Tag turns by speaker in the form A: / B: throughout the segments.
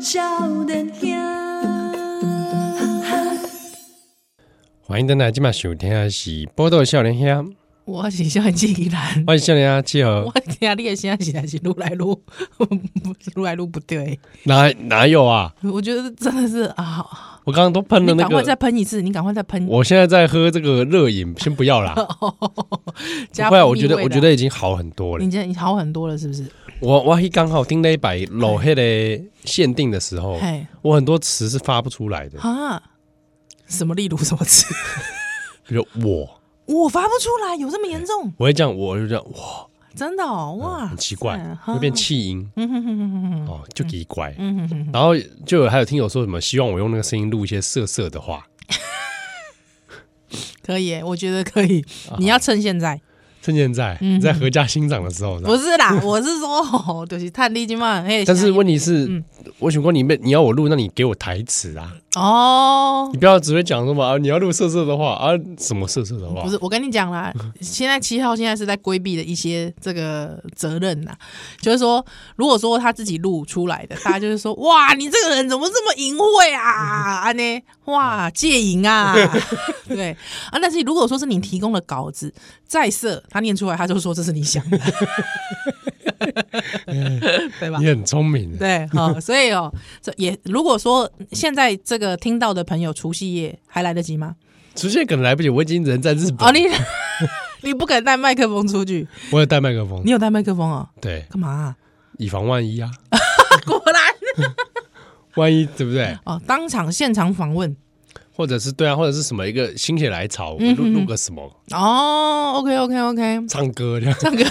A: 少年兄，
B: 欢迎登来，今晚收听的是《波多少年兄》，
C: 嗯我是小年纪依然，
B: 我是少年兄啊七
C: 我
B: 号，
C: 听你的声音实在是愈 来愈愈来愈不对，
B: 哪哪有啊？
C: 我觉得真的是啊，
B: 我刚刚都喷了
C: 你
B: 那
C: 赶快再
B: 个，
C: 喷一次，你赶快再 喷，
B: 我现在在喝这个热饮，先不要啦。
C: 加
B: 不会啊，
C: 蜂
B: 我
C: 蜜
B: 觉得
C: 味
B: 我
C: 的嗯
B: 觉得已经好很多了
C: 你。今天你好很多了，是不是？
B: 我我一刚好听那一百老黑的限定的时候，
C: 哎
B: 我很多词是发不出来的，
C: 啊，什么例如什么词，
B: 比如我，
C: 我发不出来，有这么严重？
B: 我会这样，我就这样，哇，
C: 真的
B: 嗯
C: 哦哇，
B: 很奇怪
C: 塞，哈
B: 会变气音
C: 嗯哼哼哼哼哼哼
B: 哦，就奇怪。
C: 嗯哼哼哼，
B: 然后就有还有听友说什么，希望我用那个声音录一些色色的话，
C: 可以耶，我觉得可以，
B: 啊
C: 你要趁现在，
B: 趁现在
C: 嗯
B: 在合家欣赏的时候，
C: 不是啦，我是说， 就是探力金嘛，嘿，
B: 但是
C: 声音
B: 问题是，
C: 嗯
B: 我想过你们你要我录，那你给我台词啊！
C: 哦
B: 你，不要只会讲什么啊，你要录色色的话啊，什么色色的话？
C: 不是，我跟你讲啦，现在七号现在是在规避的一些这个责任呐，就是说，如果说他自己录出来的，大家就是说，哇，你这个人怎么这么淫秽啊？啊呢，哇，戒淫啊， 对啊。但是如果说是你提供的稿子，再色他念出来，他就说这是你想的，对吧
B: 你？很聪明，
C: 对，好、所以哦，这也如果说现在这个听到的朋友除夕夜还来得及吗？
B: 直接可能来不及，我已经人在日本，
C: 哦，你 你不敢带麦克风出去，
B: 我有带麦克风
C: 你，有带麦克风啊、
B: 对，
C: 干嘛啊、
B: 以防万一啊，
C: 果然
B: 万一对不对？
C: 哦，当场现场访问
B: 或者是对啊，或者是什么一个心血来潮，我
C: 嗯
B: 录
C: 哼哼
B: 录个什么
C: 哦。OK OK OK，
B: 唱歌这样，
C: 唱歌。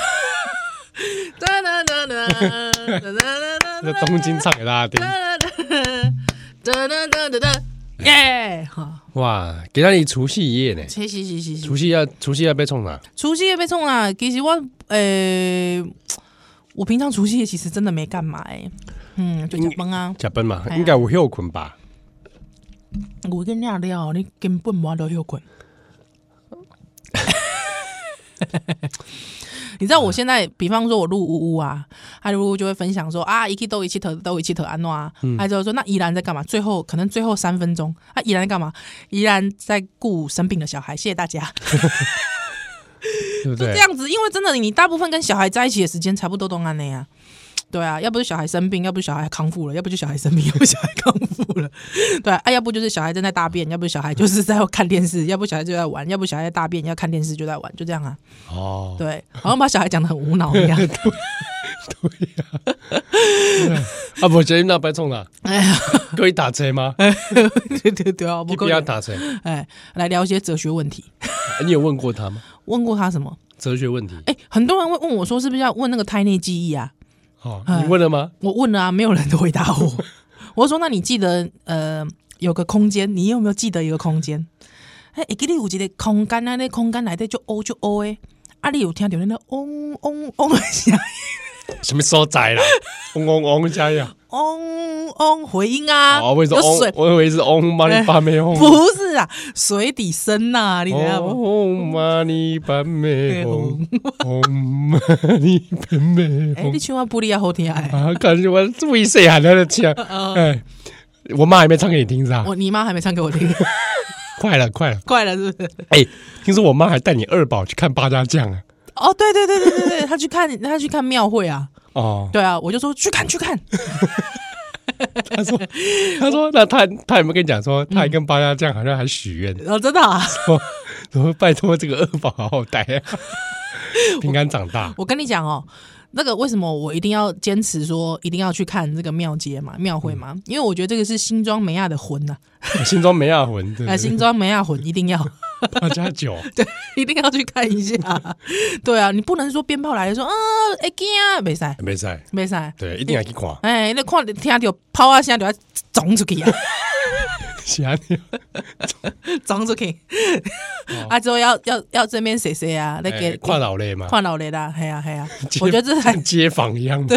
C: 哒哒哒哒哒哒哒
B: 在
C: 哒
B: 东京唱给大家听。
C: 哒哒哒哒哒哒，耶！好，
B: 哇，给那里除夕夜呢？
C: 是是是是
B: 除
C: 是，
B: 夕要除夕要被冲哪？
C: 除夕夜被冲啊！其实我呃，我平常除夕夜其实真的没干嘛哎、嗯，就吃饭啊。
B: 加班嘛
C: 哎，呀
B: 应该有休困吧？
C: 我跟你讲了，你根本没得休困。你知道我现在，比方说我录呜呜啊，他呜呜就会分享说啊，一起都一起头都一起头安诺啊，他就说那依然在干嘛？最后可能最后三分钟，啊依然在干嘛？依然在顾生病的小孩，谢谢大家。
B: 对不
C: 就
B: 对
C: 这？样子，因为真的你大部分跟小孩在一起的时间差不多都安那样。对啊，要不是小孩生病，要不是小孩康复了，要不就小孩生病， 要不小孩康复了， 对啊，啊要不就是小孩正在大便，要不小孩就是在看电视，要不小孩就在玩，要不小孩在大便，要看电视就在玩，就这样啊。
B: 哦，
C: 对，好像把小孩讲的很无脑一样。
B: 啊，不，今天那被冲哪？
C: 哎呀，
B: 可以打车吗？
C: 对对对啊，不
B: 你
C: 够
B: 不。要打车。
C: 哎，来聊一些哲学问题。
B: 啊 你有问过他吗？
C: 问过他什么？
B: 哲学问题？
C: 哎，很多人会问我说，是不是要问那个胎内记忆啊？
B: 哦，
C: 哎
B: 你问了吗？
C: 我问了啊，没有人回答我。 我说：“那你记得呃，有个空间，你有没有记得一个空间？哎、会记得有一个空间啊，那空间内底就哦就哦诶，啊，你有听到那个嗡嗡嗡的声音，
B: 什么所在啦？ 嗡嗡嗡加油！
C: 嗡 嗡回音啊，
B: 哦，我以为是
C: 有水
B: 嗡，我以为是嗡妈你把妹嗡。
C: 不是啊，水底声呐、你知道哎不？
B: 嗡妈你把妹 嗡，嗡妈你把妹
C: 哎、
B: 嗡
C: 你。唱啊不利啊好听哎、
B: 啊，感觉我注意谁喊他的 枪？
C: 哦
B: 哎，我妈还没唱给你听是吧？
C: 我你妈还没唱给 我听，
B: 快了，快了！
C: 快了是不是？
B: 哎，听说我妈还带你二宝去看八家将啊！
C: 哦，对对对对对对，她去看她去看庙会啊，
B: 哦，
C: 对啊，我就说去看去看，
B: 她说，她说，那她她有没有跟你讲说，她还跟八家将好像还许愿，
C: 哦，真的、啊。”
B: 说 说拜托这个二宝好好带 啊，平安长大。
C: 我跟你讲哦，那个为什么我一定要坚持说一定要去看这个庙街嘛、庙会嘛？
B: 嗯
C: 因为我觉得这个是新庄梅亚的魂呐、
B: 心中没亚魂，对
C: 啊，新庄梅亚魂一定要
B: 八加九，
C: 一定要去看一下。对啊，你不能说鞭炮来了说啊，哎呀，没塞
B: 没赛，
C: 没 塞，
B: 对，一定要去看。
C: 哎，那看听到炮啊声就要撞出去啊，
B: 是啊，
C: 撞出去，啊之后要要要这边谁谁啊，那
B: 哦哎
C: 个
B: 看老嘞嘛，
C: 啊看老雷啦，嘿呀嘿呀
B: 街，
C: 我觉得这才
B: 像街坊一样的，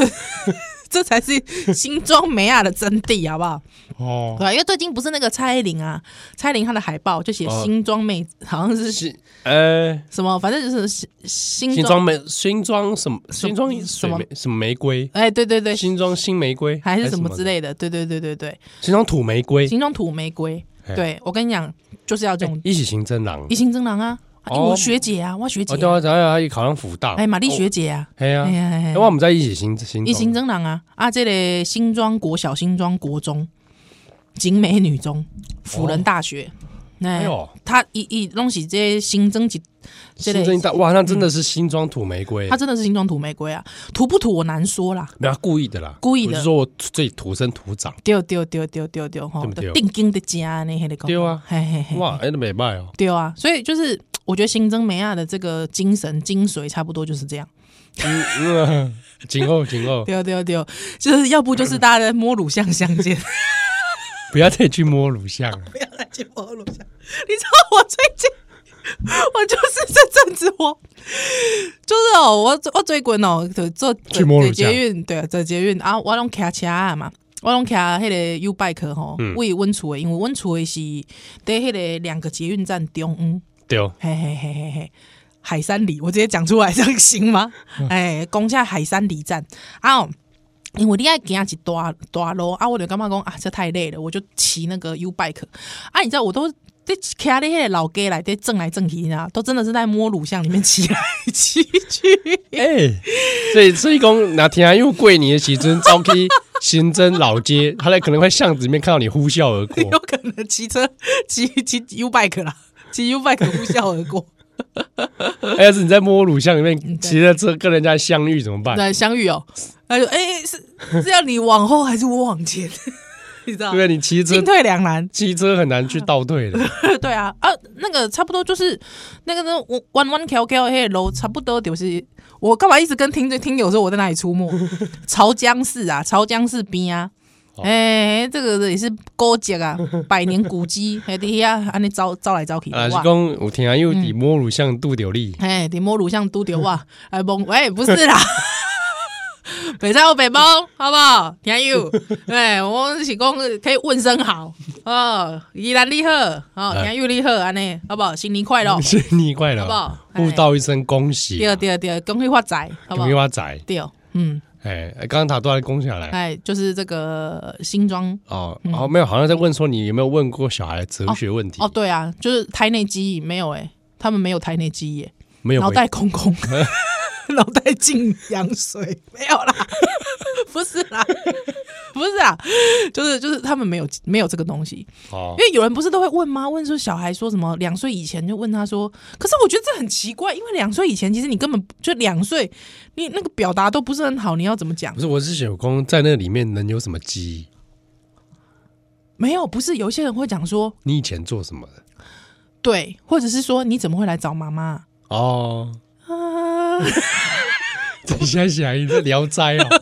C: 这才是新庄美亚的真谛，好不好？
B: 哦，
C: 对、啊，因为最近不是那个蔡依林啊，蔡依林她的海报就写
B: 哦
C: 新庄妹， 好像是
B: 新呃
C: 什么，反正就是新新
B: 新
C: 庄，
B: 装玫新装什么新装
C: 什
B: 什
C: 么
B: 么什么玫瑰，
C: 哎，对对对，
B: 新装新玫瑰
C: 还是什么
B: 的
C: 之，类的，对对对对对，
B: 新装土玫瑰，
C: 新庄土玫瑰，
B: 哎
C: 对我跟你讲，就是要这种
B: 一起行真郎
C: 一。心真郎啊，啊
B: 哎哦
C: 我学姐啊，我学姐
B: 哦，对
C: 啊，
B: 啊，对啊，他考上福大，
C: 哎，玛丽
B: 哦，
C: 学姐啊，
B: 哎呀
C: 哎，呀，哎
B: 哎
C: 呀
B: 我们在一起行行
C: 一
B: 装
C: 心真郎啊，啊，这里新庄国小、新庄国中、景美女中、辅仁大学，哎
B: 哦哎呦，
C: 他一一弄起这些新增几，这
B: 新
C: 类嗯
B: 增一代，哇，那真的是新装土玫瑰
C: 他，真的是新庄土玫瑰啊，土不土我难说啦，
B: 没有他故意的啦，
C: 故意的
B: 我就说我自己土生土长，
C: 丢丢丢丢丢丢吼，
B: 对不对
C: 就定金的家呢，那个讲
B: 对啊
C: 嘿嘿嘿，
B: 哇，哎，那没卖 哦，
C: 对啊，所以就是我觉得新增美亚的这个精神精髓差不多就是这样，
B: 嗯嗯，今后今后
C: 对对对，就是要不就是大家在摸乳巷相见。
B: 不要再去摸乳像 了，
C: 不要来接我录像。你知道我最近，我就是这阵子我，就是哦，我我最近哦，就做
B: 去摸乳
C: 坐捷
B: 像
C: 运，对，坐捷运啊，我拢骑车啊嘛，我拢骑迄个 U bike 吼，
B: 嗯
C: 为阮厝的，因为阮厝的是在迄个两个捷运站中间，
B: 对哦，
C: 嘿嘿嘿嘿嘿。海山里，我直接讲出来 这样行吗？哎、讲下海山里站啊、哦，因为你爱行一大大路啊，我就感觉讲啊，这太累了，我就骑那个 U bike 啊，你知道我都在骑那些老街来，在正来正去啊，都真的是在摸乳巷里面骑来骑去。
B: 哎，所以所以讲，哪天因为过年的时阵，早起新增老街，他在可能会巷子里面看到你呼啸而
C: 有
B: 过，
C: 可能骑车骑骑 U bike 啦，骑 U bike 呼啸而过，
B: 哎，要是你在摸乳巷里面骑着车跟人家相遇怎么办？
C: 对，相遇哦，他就哎、是是要你往后还是我往前？ 你知道
B: 对，你骑车
C: 进退两难。
B: 骑车很难去倒退 的，
C: 对啊，啊，那个差不多就是那个那种弯弯翘翘的那个楼，差不多就是我干嘛一直跟听听友说我在哪里 出没？潮江市啊，潮江市边啊，
B: 哦
C: 哎、这个也是古迹啊，百年古迹， 还底下安尼招招来招去
B: 啊，
C: 的
B: 是
C: 哇。
B: 讲有听啊，又底摸乳像杜柳力，
C: 哎，你摸乳像都丢 哇！哎，蒙喂，不是啦， 北山有北蒙，好不好？天佑，哎，我们是讲可以问声好哦，宜兰厉害哦，
B: 哎，
C: 天佑厉害，安尼好不好？新年快 乐
B: 是你快
C: 嗯好不
B: 乐，
C: 好？
B: 互道一声恭喜
C: 第二，
B: 啊，
C: 第二，第二，恭喜发财，好不
B: 恭喜
C: 好？
B: 发财！
C: 对，嗯，
B: 哎，刚刚塔都还恭喜下来
C: 哎，就是这个新庄
B: 哦，哦，没有，好像在问说你有没有问过小孩的哲学问题
C: 哦，？对啊，就是胎内记忆没有哎，他们没有胎内记忆耶，
B: 没有
C: 脑
B: 回，
C: 袋空 空，脑袋进羊水， 没有啦，不是啦， 不是啦，就是就是他们没有没有这个东西，
B: 哦
C: 因，为有人不是都会问吗？问说小孩说什么两岁以前就问他说，可是我觉得这很奇怪，因为两岁以前其实你根本就两岁，你那个表达都不是很好，你要怎么讲
B: 不？是，我是想公在那里面能有什么记忆？
C: 没有，不是有一些人会讲说
B: 你以前做什么的？
C: 对，或者是说你怎么会来找妈妈
B: 哦，
C: 啊？
B: 你想想， 你在《聊斋》 哦，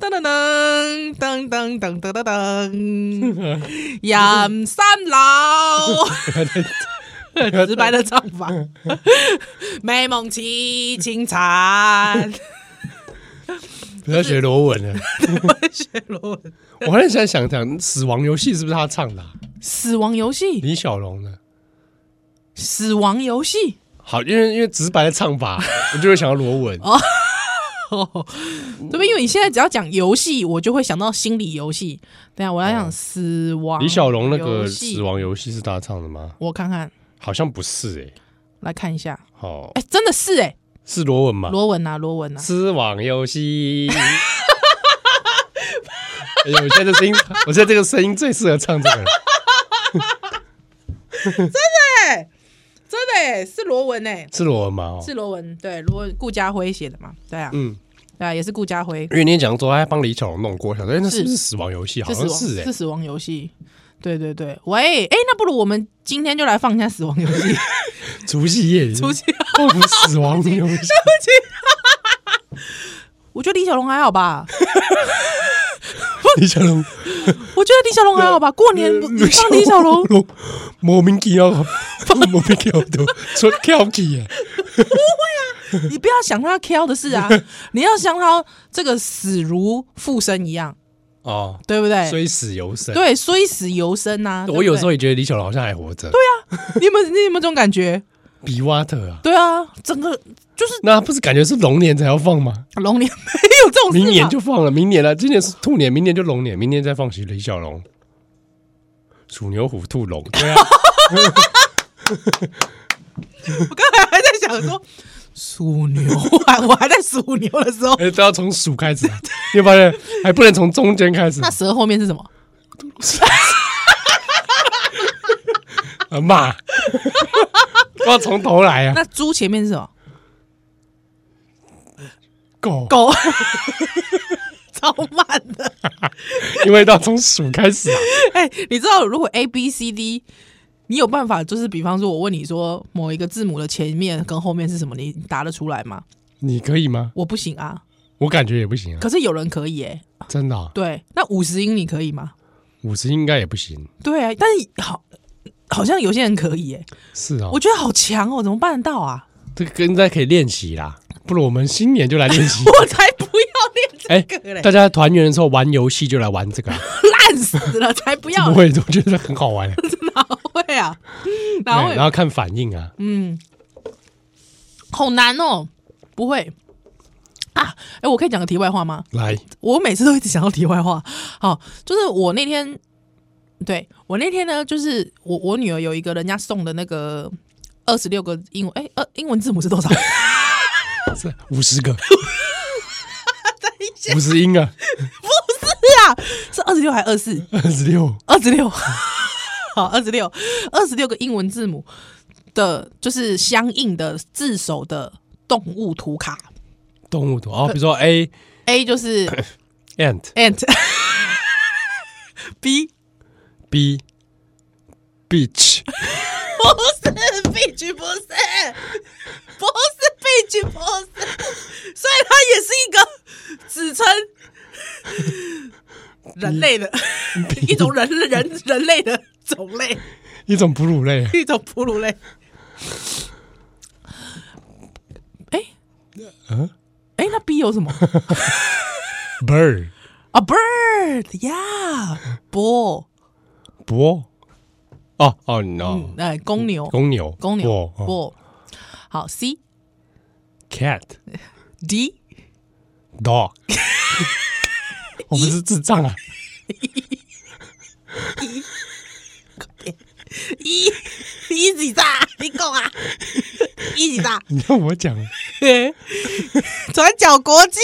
C: 噔噔噔噔噔噔噔噔 噔，杨三老， 直白的唱 法，美梦起清禅，
B: 不要学罗文了。
C: 学罗文。
B: 我很想想想，《死亡游戏》是不是他唱的啊、
C: 死亡游戏，
B: 李小龙的。
C: 死亡游戏，
B: 好，因为因为直白的唱法， 我就会想到罗文。
C: 哦，对吧？因为你现在只要讲游戏，我就会想到心理游戏。等一下我来讲死亡，
B: 哦李小龙那个《死
C: 戏，
B: 亡游戏》是他唱的吗？
C: 我看看，
B: 好像不是哎、
C: 来看一下，
B: 哦，
C: 哎，真的是哎，
B: 是罗文吗？
C: 罗文啊，罗文啊，
B: 死亡游戏。哎呦，我现在这声音，我现在这个声音最适合唱这个了。
C: 真的哎，是罗文哎。
B: 是罗文吗？哦，
C: 是罗文，对，罗文顾家辉写的嘛，对啊，
B: 嗯，
C: 对啊，也是顾家辉，
B: 因为你讲说他帮李小龙弄过，我想说，哎、那是不是死亡游戏？好
C: 是
B: 像
C: 死亡
B: 是哎、
C: 死亡游戏，对对对，喂，哎，那不如我们今天就来放一下死亡游 戏，
B: 除夕夜，
C: 除夕，
B: 报复死亡游 戏，
C: 我觉得李小龙还好吧，
B: 李小龙，
C: 我觉得李小龙还好 吧，过年不
B: 嗯
C: 你放李小龙，
B: 龙， 莫名其妙，莫名其妙都出跳起耶，
C: 你不要想他挑的 事啊，你要想他这个死如复生一样，
B: 哦，
C: 对不对？
B: 虽死犹生。
C: 对，虽死犹生啊呐、
B: 我有时候
C: 候
B: 也觉得李小龙好像还活着。对啊，
C: 你有没有你有没有这种感觉？
B: 比瓦特啊，
C: 对啊，整个就是
B: 那不是感觉是龙年才要放吗？
C: 龙年没有这种事嘛
B: 明年就放了，明年了，今年是兔年，明年就龙年，明年再放起李小龙。鼠牛虎兔 龙，对啊，
C: 我刚才还在想说 属牛啊， 我还在属牛的时候，
B: 哎都要从鼠开始、啊，你有没有发现还不能从中间开始
C: 那蛇后面是什么？
B: 啊 骂，都要从头来啊。
C: 那猪前面是什么？
B: 狗，
C: 狗，超慢的。
B: 因为都要从鼠开始啊。
C: 哎、你知道如果 A B C D，你有办法就是，比方说我问你说某一个字母的前面跟后面是什么，你答得出来吗？
B: 你可以吗？
C: 我不行啊，
B: 我感觉也不行啊，
C: 可是有人可以哎、
B: 真的、啊，
C: 对，那五十音你可以吗？
B: 五十应该也不行。
C: 对啊，但是好，好像有些人可以哎、
B: 是啊、
C: 我
B: 哦，
C: 觉得好强哦，怎么办得到啊？。
B: 这个应该可以练习啦。不如我们新年就来练习
C: 我才不要
B: 哎
C: 练这个嘞，，
B: 大家团圆的时候玩游戏就来玩这个啊，
C: 烂死了，才不要
B: 不
C: 嘞，
B: 会，我觉得很好 玩。
C: 哪会啊？哪
B: 对
C: 会
B: 然？后看反应啊，
C: 嗯，好难哦，不会啊！哎、我可以讲个题外话吗？
B: 来，
C: 我每次都一直想到题外话。好，就是我那天，对我那天呢，就是我我女儿有一个人家送的那个二十六个英文，哎、呃，英文字母是多少？
B: 是五十个，五十音啊，
C: 是二十六还二四？
B: 二十六，
C: 二十六， 好，二十六，二十六个英文字母的，就是相应的自首的动物图卡。
B: 动物图哦，比如说 A
C: A 就是
B: ant
C: ant，B
B: B beach
C: 不是 bitch，不是，不是 bitch，不是，所以它也是一个指称人类的一种人人人类的种类，
B: 一种哺乳类，
C: 一种哺乳类。哎、
B: 嗯、
C: 哎、那 B 有什么
B: b i r d
C: 啊？Bird 呀、b
B: 博哦哦 no，
C: 嗯，哎、公牛，
B: 公牛
C: 公牛
B: ，bull，哦
C: bull，好 C
B: cat
C: D
B: dog，我们是智障啊，
C: E 一 几大？你讲啊，一几大？
B: 你让我讲，
C: 转角国际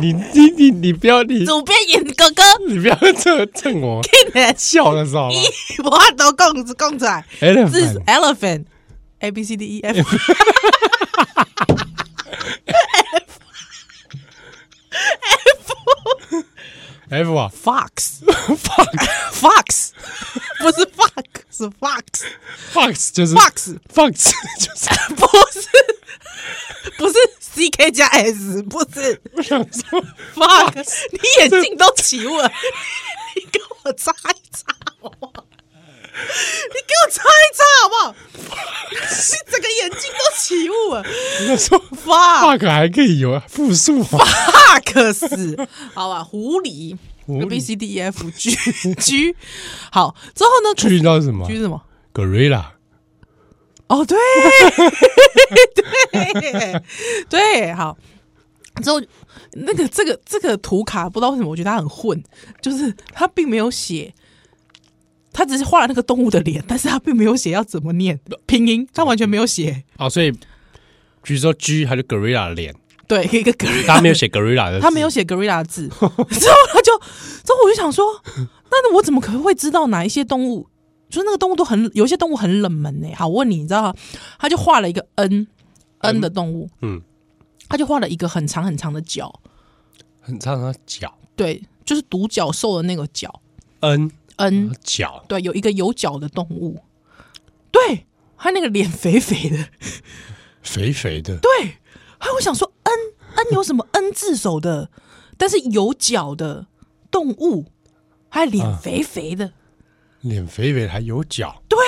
B: 你你你你不要你
C: 主编演哥 哥，
B: 你不要蹭蹭 我笑的时候好啊吗
C: 我都供供出来，这是
B: ，elephant
C: elephant A B C D E F F
B: F 啊
C: fox
B: ，fox
C: fox 不是 fox 是 fox
B: fox 就是
C: fox
B: fox 就是，
C: 不是不是 C K 加 S 不是。
B: 我想说
C: fuck！你眼镜都起雾了， 你给我擦一擦好不好？你给我擦一擦好不好？你整个眼镜都起雾了
B: 你说
C: ，fuck！fuck
B: fuck 还可以有复数啊，
C: 死，好吧，狐狸
B: 狐狸
C: A B C D E F G G，好，之后呢
B: 去到 什么
C: ？G 是什么？
B: gorilla
C: 哦，对，对，对，好。之后那个这个这个图卡，不知道为什么，我觉得它很混，就是它并没有写，它只是画了那个动物的脸，但是它并没有写要怎么念拼音，它完全没有写。
B: 啊，所以比如说 G 还是 gorilla 的脸，
C: 对，一个 gorilla，
B: 他没有，写 gorilla 的，
C: 他没有，写 gorilla 的字。之 后他就，之后我就想说，那我怎么可能会知道哪一些动物？就是那个动物都很，有一些动物很冷门欸呢、好，我问你，你知道吗？他就画了一个 n n 的动物，
B: 嗯，
C: 他就画了一个很长很长的角，
B: 很长的脚
C: 对，就是独角兽的那个角
B: ，n 嗯
C: ，N，
B: 脚
C: 对，有一个有角的动物，对，他那个脸肥肥的，
B: 肥肥的，
C: 对，还我想说 N N 有什么 N 字首的，但是有角的动物，还脸肥肥的，
B: 脸肥肥的还有脚，
C: 对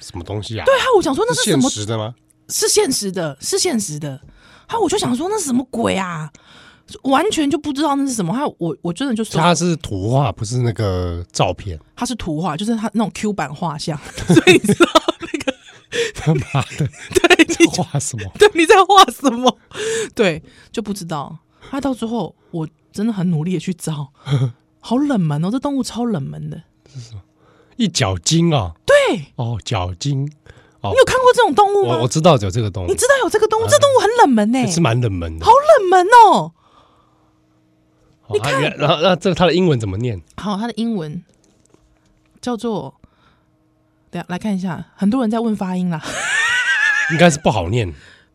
B: 什么东西啊？
C: 对，还我想说那是什
B: 现
C: 么？
B: 实的吗？
C: 是现实的，是现实的。还有我就想说，那是什么鬼啊？完全就不知道那是什么。还有我我真的就说
B: 它是图画，不是那个照 片。
C: 它是图画，就是它那种 Q 版画像， 所以你知道那个
B: 他妈的，
C: 对你
B: 画什么？
C: 对你在画什么？对，就不知道。他到最后，我真的很努力的去 找，好冷门哦，这动物超冷门的。
B: 一角鲸啊！
C: 对，
B: 哦，角鲸，
C: 你有看过这种动物吗
B: 哦我我？知道有这个东
C: 你
B: 西，
C: 知道有这个动物，这动物很冷门呢、
B: 是蛮冷门的
C: 好。冷门哦。
B: 哦啊原然后那这它的英文怎么念？
C: 好，它的英文叫做，等下来看一下，很多人在问发音啦。
B: 应该是不好念，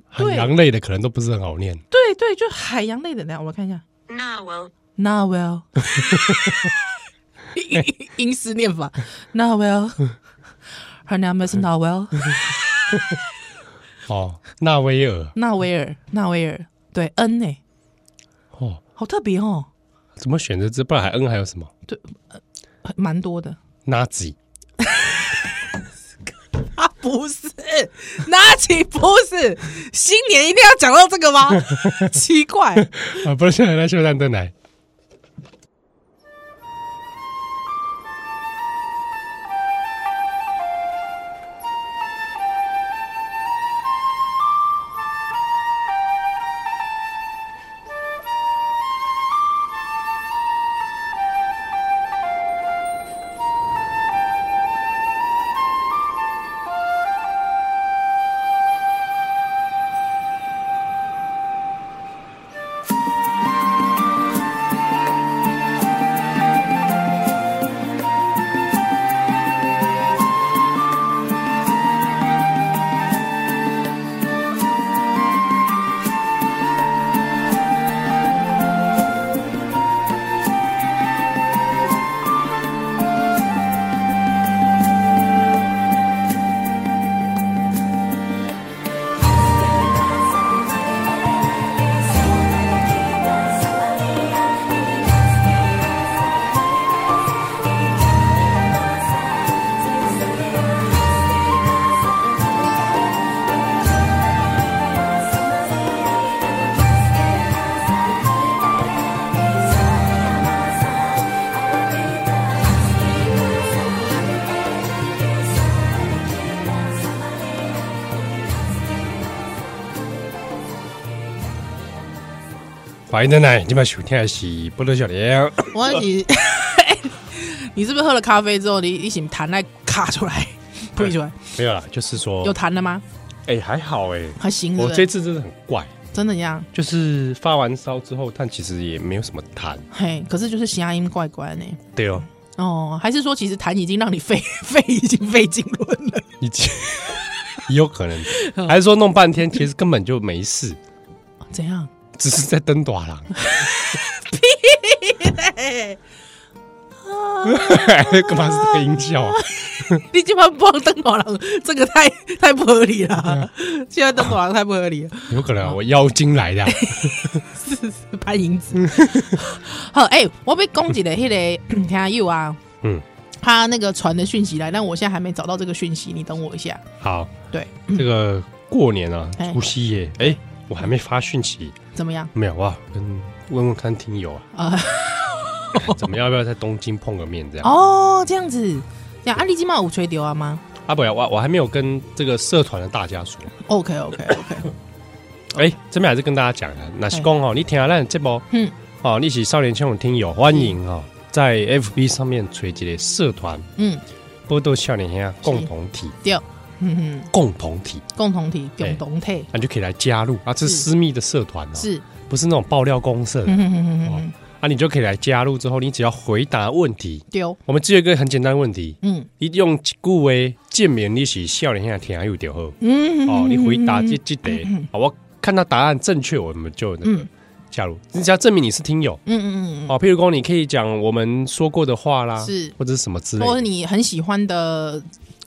B: 很
C: 对
B: 洋类的可能都不是很好念。
C: 对对，就海洋类的。等下我来看一下
A: Narwhal.
C: ，Narwhal，英
B: 哎
C: 式念法，Narwhal，Her name is Narwhal。
B: 哦，纳威尔，
C: 纳维尔，纳维尔，对，N 呢、
B: 哦，
C: 好特别哦，
B: 怎么选择这？不然还 N 还有什么
C: 很蛮多的。
B: ？Nazi
C: 啊，不是， 拿起不是，新年一定要讲到这个吗？奇怪，
B: 啊，不是现在来秀蛋蛋奶。欢迎蛋奶，今晚收听的是波多小莲。
C: 我要你， 你是不是喝了咖啡之后，你一醒痰来卡出来，吐出来？
B: 没有啦，就是说
C: 有，痰了吗？
B: 哎、还好哎、
C: 还行是
B: 哦我
C: 不
B: 这
C: 是，
B: 次真的很怪，
C: 真的一样。
B: 就是发完烧之后，但其实也没有什么痰。
C: 嘿，可是就是瞎音怪怪呢。
B: 对哦，
C: 哦，还是说其实痰已经让你肺 肺已经肺痉挛了？
B: 你 有可能，还是说弄半天，其实根本就没事，
C: 怎样？
B: 只是在登短廊， 干嘛是这个音效啊？
C: 你基本上不登岛郎，这个太太不合理了。现在登岛郎太不合理了，
B: 有可能啊我妖精来的啊、
C: 是是潘迎紫。好，哎、我被攻击了，那个听友啊，
B: 嗯，
C: 他那个传的讯息来，但我现在还没找到这个讯息，你等我一下。
B: 好，
C: 对，
B: 这个过年啊，
C: 哎
B: 除夕夜，哎、我还没发讯息，
C: 怎么样？
B: 没有啊，跟问问看听友啊，
C: 啊、
B: 怎么样要不要在东京碰个面这样？
C: 哦，这样子，这样，啊，你今晚有吹丢啊吗
B: 啊，不然我我还没有跟这个社团的大家说，
C: ？OK OK OK，
B: 哎、这边还是跟大家讲啊，那
C: 哎
B: 是公哦，你听下咱这波，
C: 嗯
B: 嗯，哦，你是少年枪友听友，欢迎哦，在 FB 上面找一个社团，
C: 嗯，
B: 波多少年兄共同体，
C: 丢，嗯哼，
B: 共同体，
C: 共同体，
B: 哎
C: 共同体、
B: 那你就可以来加入啊，这是
C: 是
B: 私密的社团哦，
C: 是，
B: 不是那种爆料公社
C: 嗯哼哼哼哼哼，
B: 啊，你就可以来加入之后，你只要回答问题，
C: 丢，
B: 我们只有一个很简单的问题，
C: 嗯
B: 你用一句话证明你是少年兄听友就好。
C: 嗯，
B: 哦，你回答这这得啊，我看到答案正确，我们就那个
C: 嗯
B: 加入。你只要证明你是听友
C: 嗯嗯嗯
B: 哦，譬如说你可以讲我们说过的话啦，
C: 是
B: 或者是什么之
C: 嗯，
B: 类
C: 或者
B: 的。
C: 你很喜欢的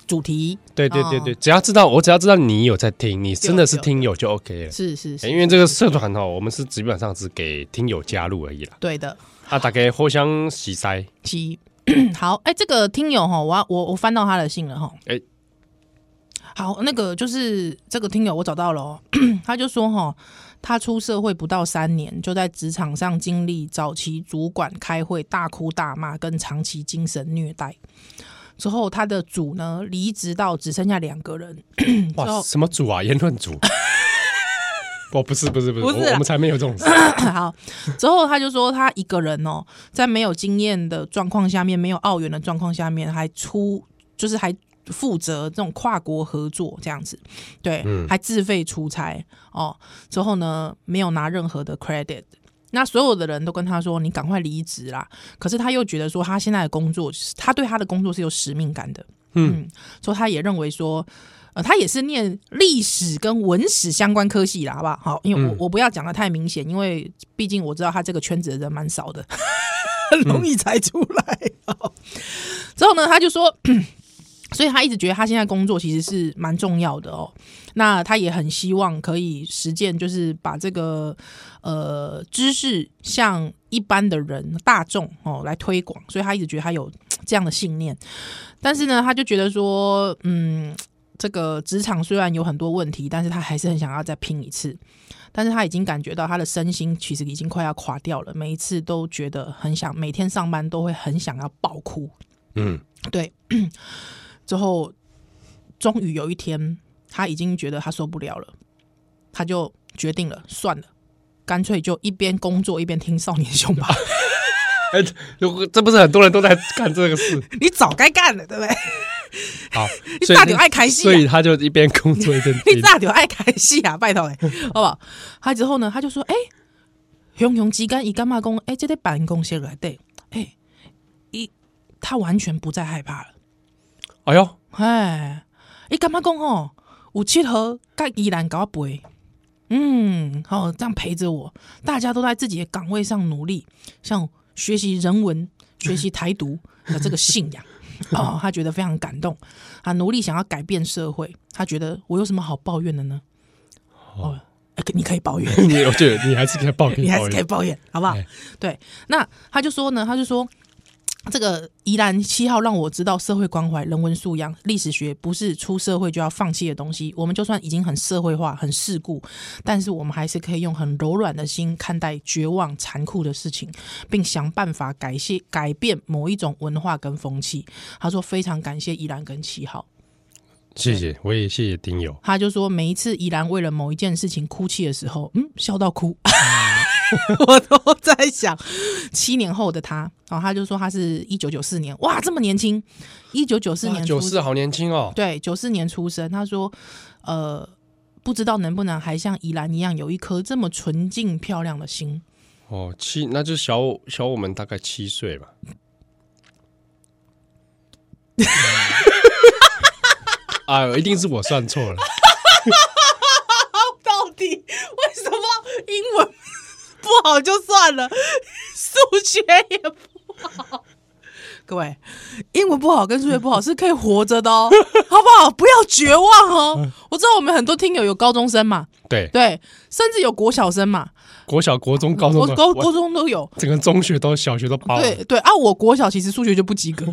C: 主题，
B: 对对对
C: 哦
B: 对，只要知道我只要知道你有在听，你真的是
C: 有有
B: 听友就 OK 了。
C: 是是是，
B: 因为这个社团哦，我们是基本上只给听友加入而已啦。
C: 对的。
B: 啊，大概互相洗塞，
C: 七好，哎、这个听友哈，我要我我翻到他的信了哈。
B: 哎
C: 好，那个就是这个听友我找到了、哦， 他就说哈、他出社会不到三年，就在职场上经历早期主管开会大哭大骂，跟长期精神虐待。之后，他的组呢离职到只剩下两个人，
B: 哇，
C: 嗯就
B: 什么组啊？言论 组？哦，不是不是不是，
C: 不是
B: 我
C: 啊
B: 我们才没有这种事。
C: 好，之后他就说他一个人哦，在没有经验的状况下面，没有澳元的状况下面，还出就是还负责这种跨国合作这样子，对，还自费出差哦。之后呢，没有拿任何的 credit。那所有的人都跟他说：“你赶快离职啦！”可是他又觉得说，他现在的工作，他对他的工作是有使命感的。
B: 嗯
C: 嗯，所以他也认为说，呃，他也是念历史跟文史相关科系啦，好不好？好，因为我、
B: 嗯
C: 我不要讲的太明显，因为毕竟我知道他这个圈子的人蛮少的，很容易猜出来、哦。之后呢，他就说。 所以他一直觉得他现在工作其实是蛮重要的哦。那他也很希望可以实践，就是把这个呃知识向一般的人大众哦来推广。所以他一直觉得他有这样的信念。但是呢，他就觉得说，嗯，这个职场虽然有很多问题，但是他还是很想要再拼一次。但是他已经感觉到他的身心其实已经快要垮掉了，每一次都觉得很想，每天上班都会很想要爆哭。
B: 嗯，
C: 对，之后终于有一天，他已经觉得他受不了了，他就决定了，算了，干脆就一边工作一边听少年凶 吧。
B: 哎、如果这不是很多人都在干这个事？
C: 你早该干了，对不对？
B: 好，
C: 你
B: 所以
C: 大牛爱开心、啊
B: 所，以他就一边工作一边
C: 你
B: 听。
C: 大牛爱开戏啊，拜托哎、好不好？他之后呢，他就说，哎、熊熊之间伊干嘛讲，哎、这个办公室来对，哎、一他完全不再害怕了。
B: 哎呦，
C: 哎，你感觉讲吼？有七和甲依然搞陪，嗯，好、这样陪着我，大家都在自己的岗位上努力，像学习人文、学习台独的这个信仰。哦，他觉得非常感动，啊，努力想要改变社会，他觉得我有什么好抱怨的呢？哦，哎你可以抱怨，
B: 你我觉得你还是可以报给
C: 你还
B: 报
C: 是可以
B: 给。
C: 抱怨，好不好
B: 哎？
C: 对，那他就说呢，他就说。这个宜兰七号让我知道，社会关怀、人文素养、历史学不是出社会就要放弃的东西。我们就算已经很社会化、很世故，但是我们还是可以用很柔软的心看待绝望、残酷的事情，并想办法改谢改变某一种文化跟风气。他说非常感谢宜兰跟七号。
B: 谢谢，我也谢谢丁友。
C: 他就说，每一次怡然为了某一件事情哭泣的时候，嗯，笑到哭，
B: 嗯
C: 我都在想，七年后的他，然、后他就说他是一九九四年，哇，这么年轻，一九九四年
B: 九
C: 出
B: 四
C: 生，
B: 好年轻哦。
C: 对，九四年出生。他说，呃，不知道能不能还像怡然一样有一颗这么纯净漂亮的心。
B: 哦，七，那就小我小我们大概七岁吧。 啊，一定是我算错了。
C: 到底为什么英文不好就算了，数学也不好？ 各位，英文不好跟数学不好是可以活着的哦，好不好？不要绝望
B: 嗯
C: 哦。我知道我们很多听友有高中生嘛，
B: 对，
C: 对，甚至有国小生嘛，
B: 国小、国中、高中
C: 国
B: 都，
C: 高
B: 我
C: 国中都有。
B: 整个中学都、小学都包了。
C: 对对啊，我国小其实数学就不 及格，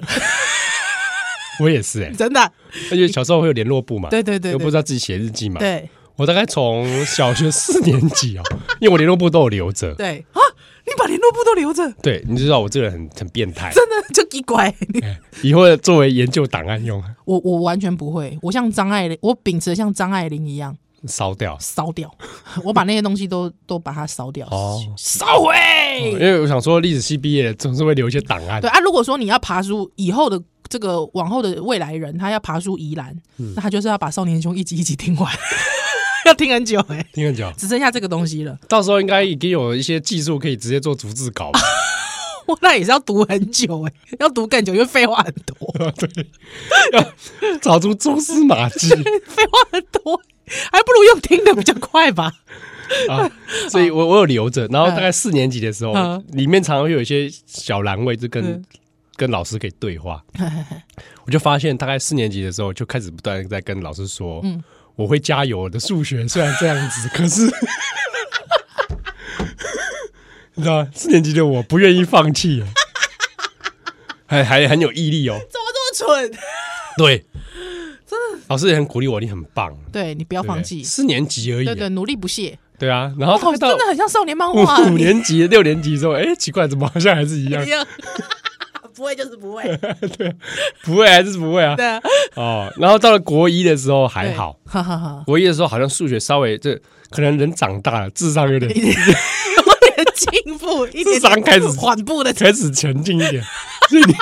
B: 我也是 哎、
C: 真的。
B: 而且小时候会有联络簿嘛，
C: 对对对
B: 又不
C: 对
B: 知道自己写日记嘛。
C: 对
B: 我大概从小学四年级哦， 因为我联络簿都有留着。
C: 对啊，你把联络簿都留着，
B: 对，你知道我这个人很很变态，
C: 真的就奇怪。
B: 哎 以后作为研究档案用，
C: 我我完全不会，我像张爱玲，我秉持像张爱玲一样。
B: 烧 掉。
C: 烧掉，我把那些东西都都把它烧掉
B: 哦，
C: 烧
B: 因
C: 毁。
B: 为我想说，历史系毕业总是会留一些档案
C: 对。啊，如果说你要爬书，以后的这个往后的未来人，他要爬书宜兰，
B: 嗯
C: 那他就是要把《少年兄》一集一集听完， 要听很久哎、
B: 听人讲，
C: 只剩下这个东西了，
B: 到时候应该已经有一些技术可以直接做逐字稿吧。
C: 我那也是要读很久哎、要读更久，因为废话很多，
B: 对， 要找出蛛丝马迹
C: 废话很多，还不如用听的比较快吧。
B: 啊。所以我我有留着，然后大概四年级的时候
C: 哦嗯，
B: 里面常常会有一些小栏位，就跟
C: 嗯
B: 跟老师可以对 话。我就发现，大概四年级的时候就开始不断地在跟老师说，
C: 嗯
B: 我会加油。我的数学虽然这样子，可是 你知道吗，四年级的我不愿意放弃，啊还还很有毅力哦。
C: 怎么这么蠢？
B: 对，老师也很鼓励我，你很棒，
C: 对你不
B: 不
C: 要放弃，
B: 四年级而已，
C: 对对，努力不懈。
B: 对啊，然后
C: 好，
B: 他到
C: 真的很像少年漫画啊，
B: 五五
C: 你哎
B: 年级、六年级之后，哎，奇怪，怎么好像还是一样
C: 一？样， 不会就是不会，
B: 不会，还是不会啊？
C: 对啊，
B: 哦，然后到了国一的时候还 好，
C: 对，哈哈哈，
B: 国一的时候好像数学稍微这可能人长大了，智商有点
C: 一点有点进步，一点
B: 智商开始
C: 缓步的
B: 开始前进一点，所以你
C: 数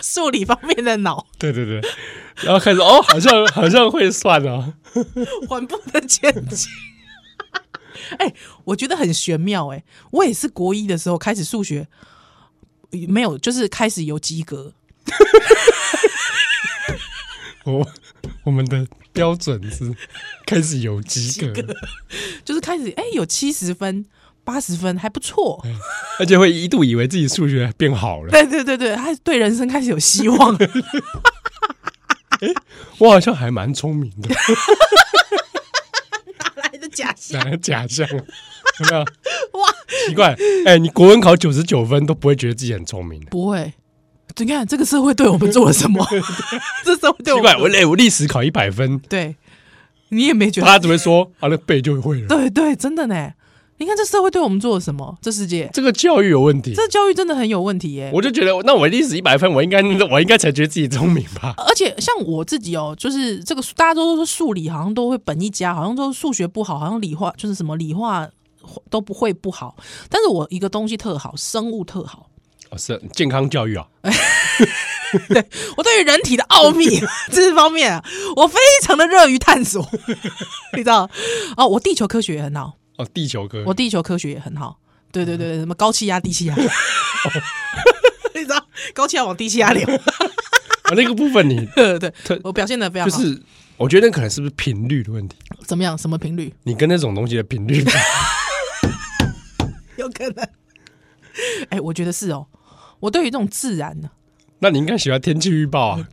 C: 数理方面的 脑
B: 对对对，然后开始哦，好像好像会算哦，
C: 缓步的前进。 哎、我觉得很玄妙哎、我也是国一的时候开始数学没有，就是开始有及格，
B: 我我们的标准是开始有及格，
C: 就是开始哎、有七十分、八十分还不
B: 哎
C: 错。
B: 而且会一度以为自己数学变好了，
C: 对对对对，他对人生开始有 希望。
B: 我好像还蛮聪明 的，
C: 哪来的假象？
B: 哪来假象？有没有
C: 哇，
B: 奇怪？哎、你国文考九十九分都不会觉得自己很聪明的。
C: 不会。你看这个社会对我们做了什 么？这社会对我
B: 奇
C: 们
B: 怪，我哎、我历史考一百分，
C: 对你也没觉得？
B: 他只会说啊，那背就会了。
C: 对对，真的呢。你看这社会对我们做了什么？这世界
B: 这个教育有问题，
C: 这教育真的很有问题耶、
B: 我就觉得，那我历史一百分，我应该 我应该才觉得自己聪明吧？
C: 而且像我自己哦，就是这个大家都说数理好像都会本一家，好像都数学不好，好像理化就是什么理化都不会不好。但是我一个东西特好，生物特好，
B: 哦，是健康教育啊，
C: 我对于人体的 奥秘这方面啊，我非常的热于探索， 你知道？哦，我地球科学也很好，
B: 哦，地球科
C: 我地球科学也很好。对对对，
B: 嗯
C: 对什么高气压、低 气压，
B: 哦
C: 你知道高气压往低气压流，
B: 啊，那个部 分你
C: 对对
B: 特
C: 对，我表现的非常
B: 就
C: 好。
B: 是，我觉得那可能是不是频率的问题？
C: 怎么样？什么频率？
B: 你跟那种东西的频率
C: 有可能。哎、我觉得是哦。我对于这种自然 呢、
B: 那你应该喜欢天气预报啊。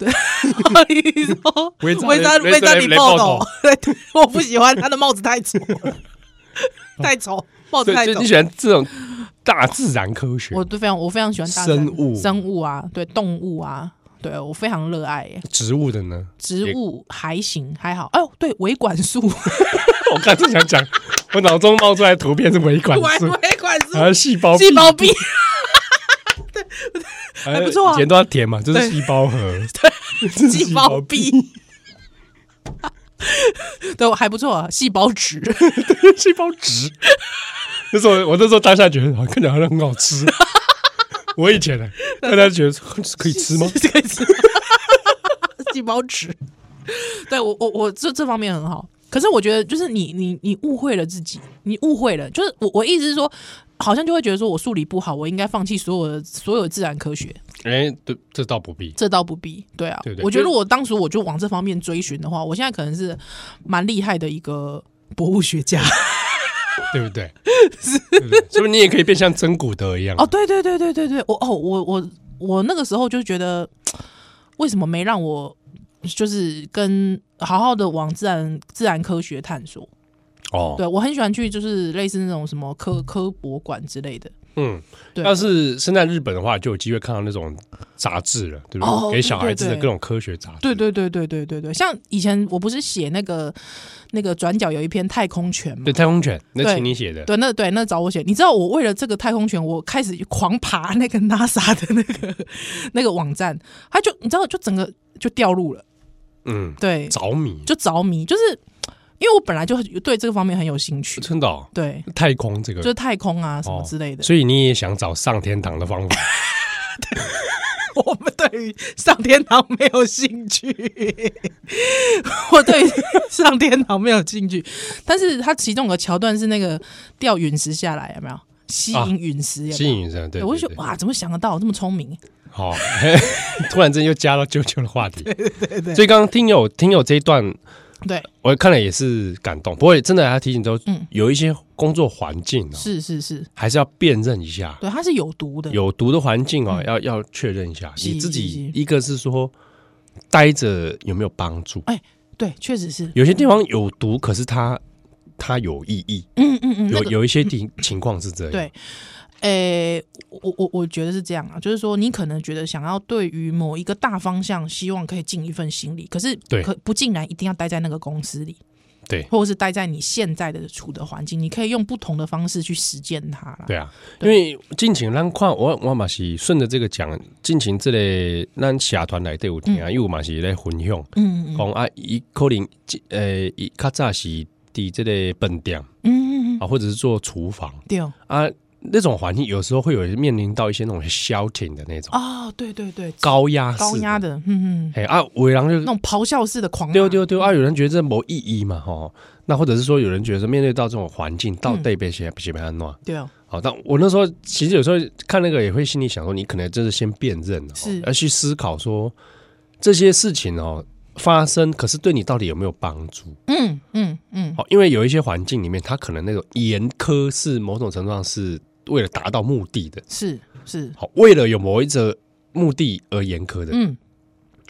C: 你说
B: 违章
C: 违章
B: 雷
C: 违章
B: 雷
C: 你
B: 雷
C: 爆
B: 暴
C: 头，对，我不喜欢他的帽子太丑 了，太丑，帽子
B: 对，
C: 太
B: 就
C: 丑
B: 你。喜欢这种大自然科学
C: 我，对非常我非常喜欢大自然
B: 生物
C: 生物啊，对动物啊，对我非常热爱耶。
B: 植物的呢？
C: 植物还行还好，哎呦，对维管束，
B: 我刚才想讲，我脑中冒出来的图片是维 管
C: 维
B: 束，
C: 维管 束
B: 还，有呃细胞壁
C: 细胞壁，
B: 还
C: 还不错啊
B: 以前都要填嘛，就是
C: 对
B: 细胞 核，这是
C: 细胞 壁， 对，还不错啊，细胞质。
B: 细胞值。那时候我那时候当下觉得好像啊看起来好像很好 吃。我以前呢，大家觉得哦可以吃吗？
C: 这个 是细胞质。对我，我我这这方面很好，可是我觉得就是你你你误会了自己，你误会了，就是我我意思是说，好像就会觉得说我数理不好，我应该放弃所有的所有的自然科学，
B: 哎，对，这倒不必。
C: 这倒不必。对啊，
B: 对对
C: 我觉得
B: 就
C: 如果当时我就往这方面追寻的话，我现在可能是蛮厉害的一个博物学家。
B: 对不对？对不对所以你也可以变像真古德一样
C: 哦，对对对对对对，我哦我我我那个时候就觉得，为什么没让我就是跟好好的往自然自然科学探索？
B: 哦。
C: 对我很喜欢去，就是类似那种什么科科博馆之类的。
B: 嗯，
C: 对
B: 要是身在日本的话，就有机会看到那种杂志了，对不
C: 哦
B: 对？给小孩子的
C: 对对对
B: 各种科学杂志。
C: 对对对对对对对，像以前我不是写那个那个转角有一篇太空拳嘛
B: 对，？太空犬那
C: 对
B: 请你写的，
C: 对，那对那找我写，你知道我为了这个太空拳，我开始狂爬那个 NASA 的那个那个网站，他就你知道就整个就掉入了，
B: 嗯，
C: 对，
B: 着迷，
C: 就着迷，就是因为我本来就对这个方面很有兴趣，
B: 真的哦
C: 对，
B: 太空这个
C: 就，是太空啊什么之类的。
B: 所以你也想找上天堂的方法。
C: 我们对于上天堂没有兴趣， 我对于上天堂没有兴趣。但是它其中有个桥段是那个掉陨石下来，有没有吸
B: 啊
C: 引陨石有
B: 吸
C: 没有？
B: 引人，对，对
C: 我就觉得
B: 对
C: 哇，怎么想得到这么聪明？
B: 好， 突然之间又加到啾啾的话 题，对对对所以刚刚听友听友这一段，
C: 对，
B: 我看了也是感动。不过真的，他提醒说，
C: 嗯
B: 有一些工作环境哦，
C: 是是是，
B: 还是要辨认一下，
C: 对，它是有毒的，
B: 有毒的环境哦，要要确认一下。
C: 是
B: 你自
C: 是
B: 己
C: 是
B: 一个是说待着有没有帮助？
C: 对，确实是，
B: 有些地方有毒，可是它它有意义，
C: 嗯嗯嗯，那
B: 有
C: 个
B: 有一些情情况是这样。
C: 对诶、我我我觉得是这样啊，就是说你可能觉得想要对于某一个大方向，希望可以尽一份心力，可是
B: 对
C: 可不尽然一定要待在那个公司里，
B: 对
C: 或者是待在你现在的处的环境，你可以用不同的方式去实践它啦。
B: 对啊，因为近情咱看我我嘛是顺着这个讲，近情这类咱社团内底有听，因为我嘛是咧分享，
C: 嗯嗯，嗯
B: 讲啊，伊可能呃，伊较早是伫这个本店
C: 嗯嗯嗯嗯，
B: 啊，或者是做厨房
C: 对哦，
B: 啊，那种环境有时候会有面临到一些那种 shouting 的那种
C: 哦，对对对，
B: 高压式
C: 高压，的，嗯嗯，
B: 哎啊，有的人
C: 那
B: 就
C: 种咆哮式的狂
B: 丢
C: 骂
B: 丢丢啊，有人觉得这没意义嘛吼，那或者是说有人觉得说面对到这种环境，到
C: 嗯
B: 底被谁谁被他弄？
C: 对哦，
B: 好，但我那时候其实有时候看那个也会心里想说，你可能真的先辨认了，
C: 是
B: 要去思考说这些事情哦发生，可是对你到底有没有帮助？
C: 嗯嗯嗯，
B: 好，因为有一些环境里面，它可能那种严苛是某种程度上是为了达到目的的，
C: 是是，
B: 好，为了有某一则目的而严苛的，
C: 嗯，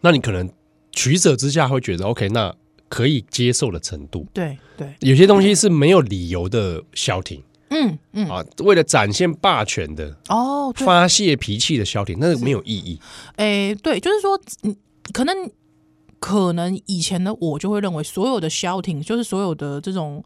B: 那你可能取舍之下会觉得 OK，那可以接受的程度。
C: 对对，
B: 有些东西是没有理由的消停
C: 嗯嗯，
B: 啊，为了展现霸权的，
C: 哦，对，
B: 发泄脾气的消停，那个没有意义。
C: 诶、对，就是说，嗯，可能可能以前的我就会认为，所有的 shouting 就是所有的这种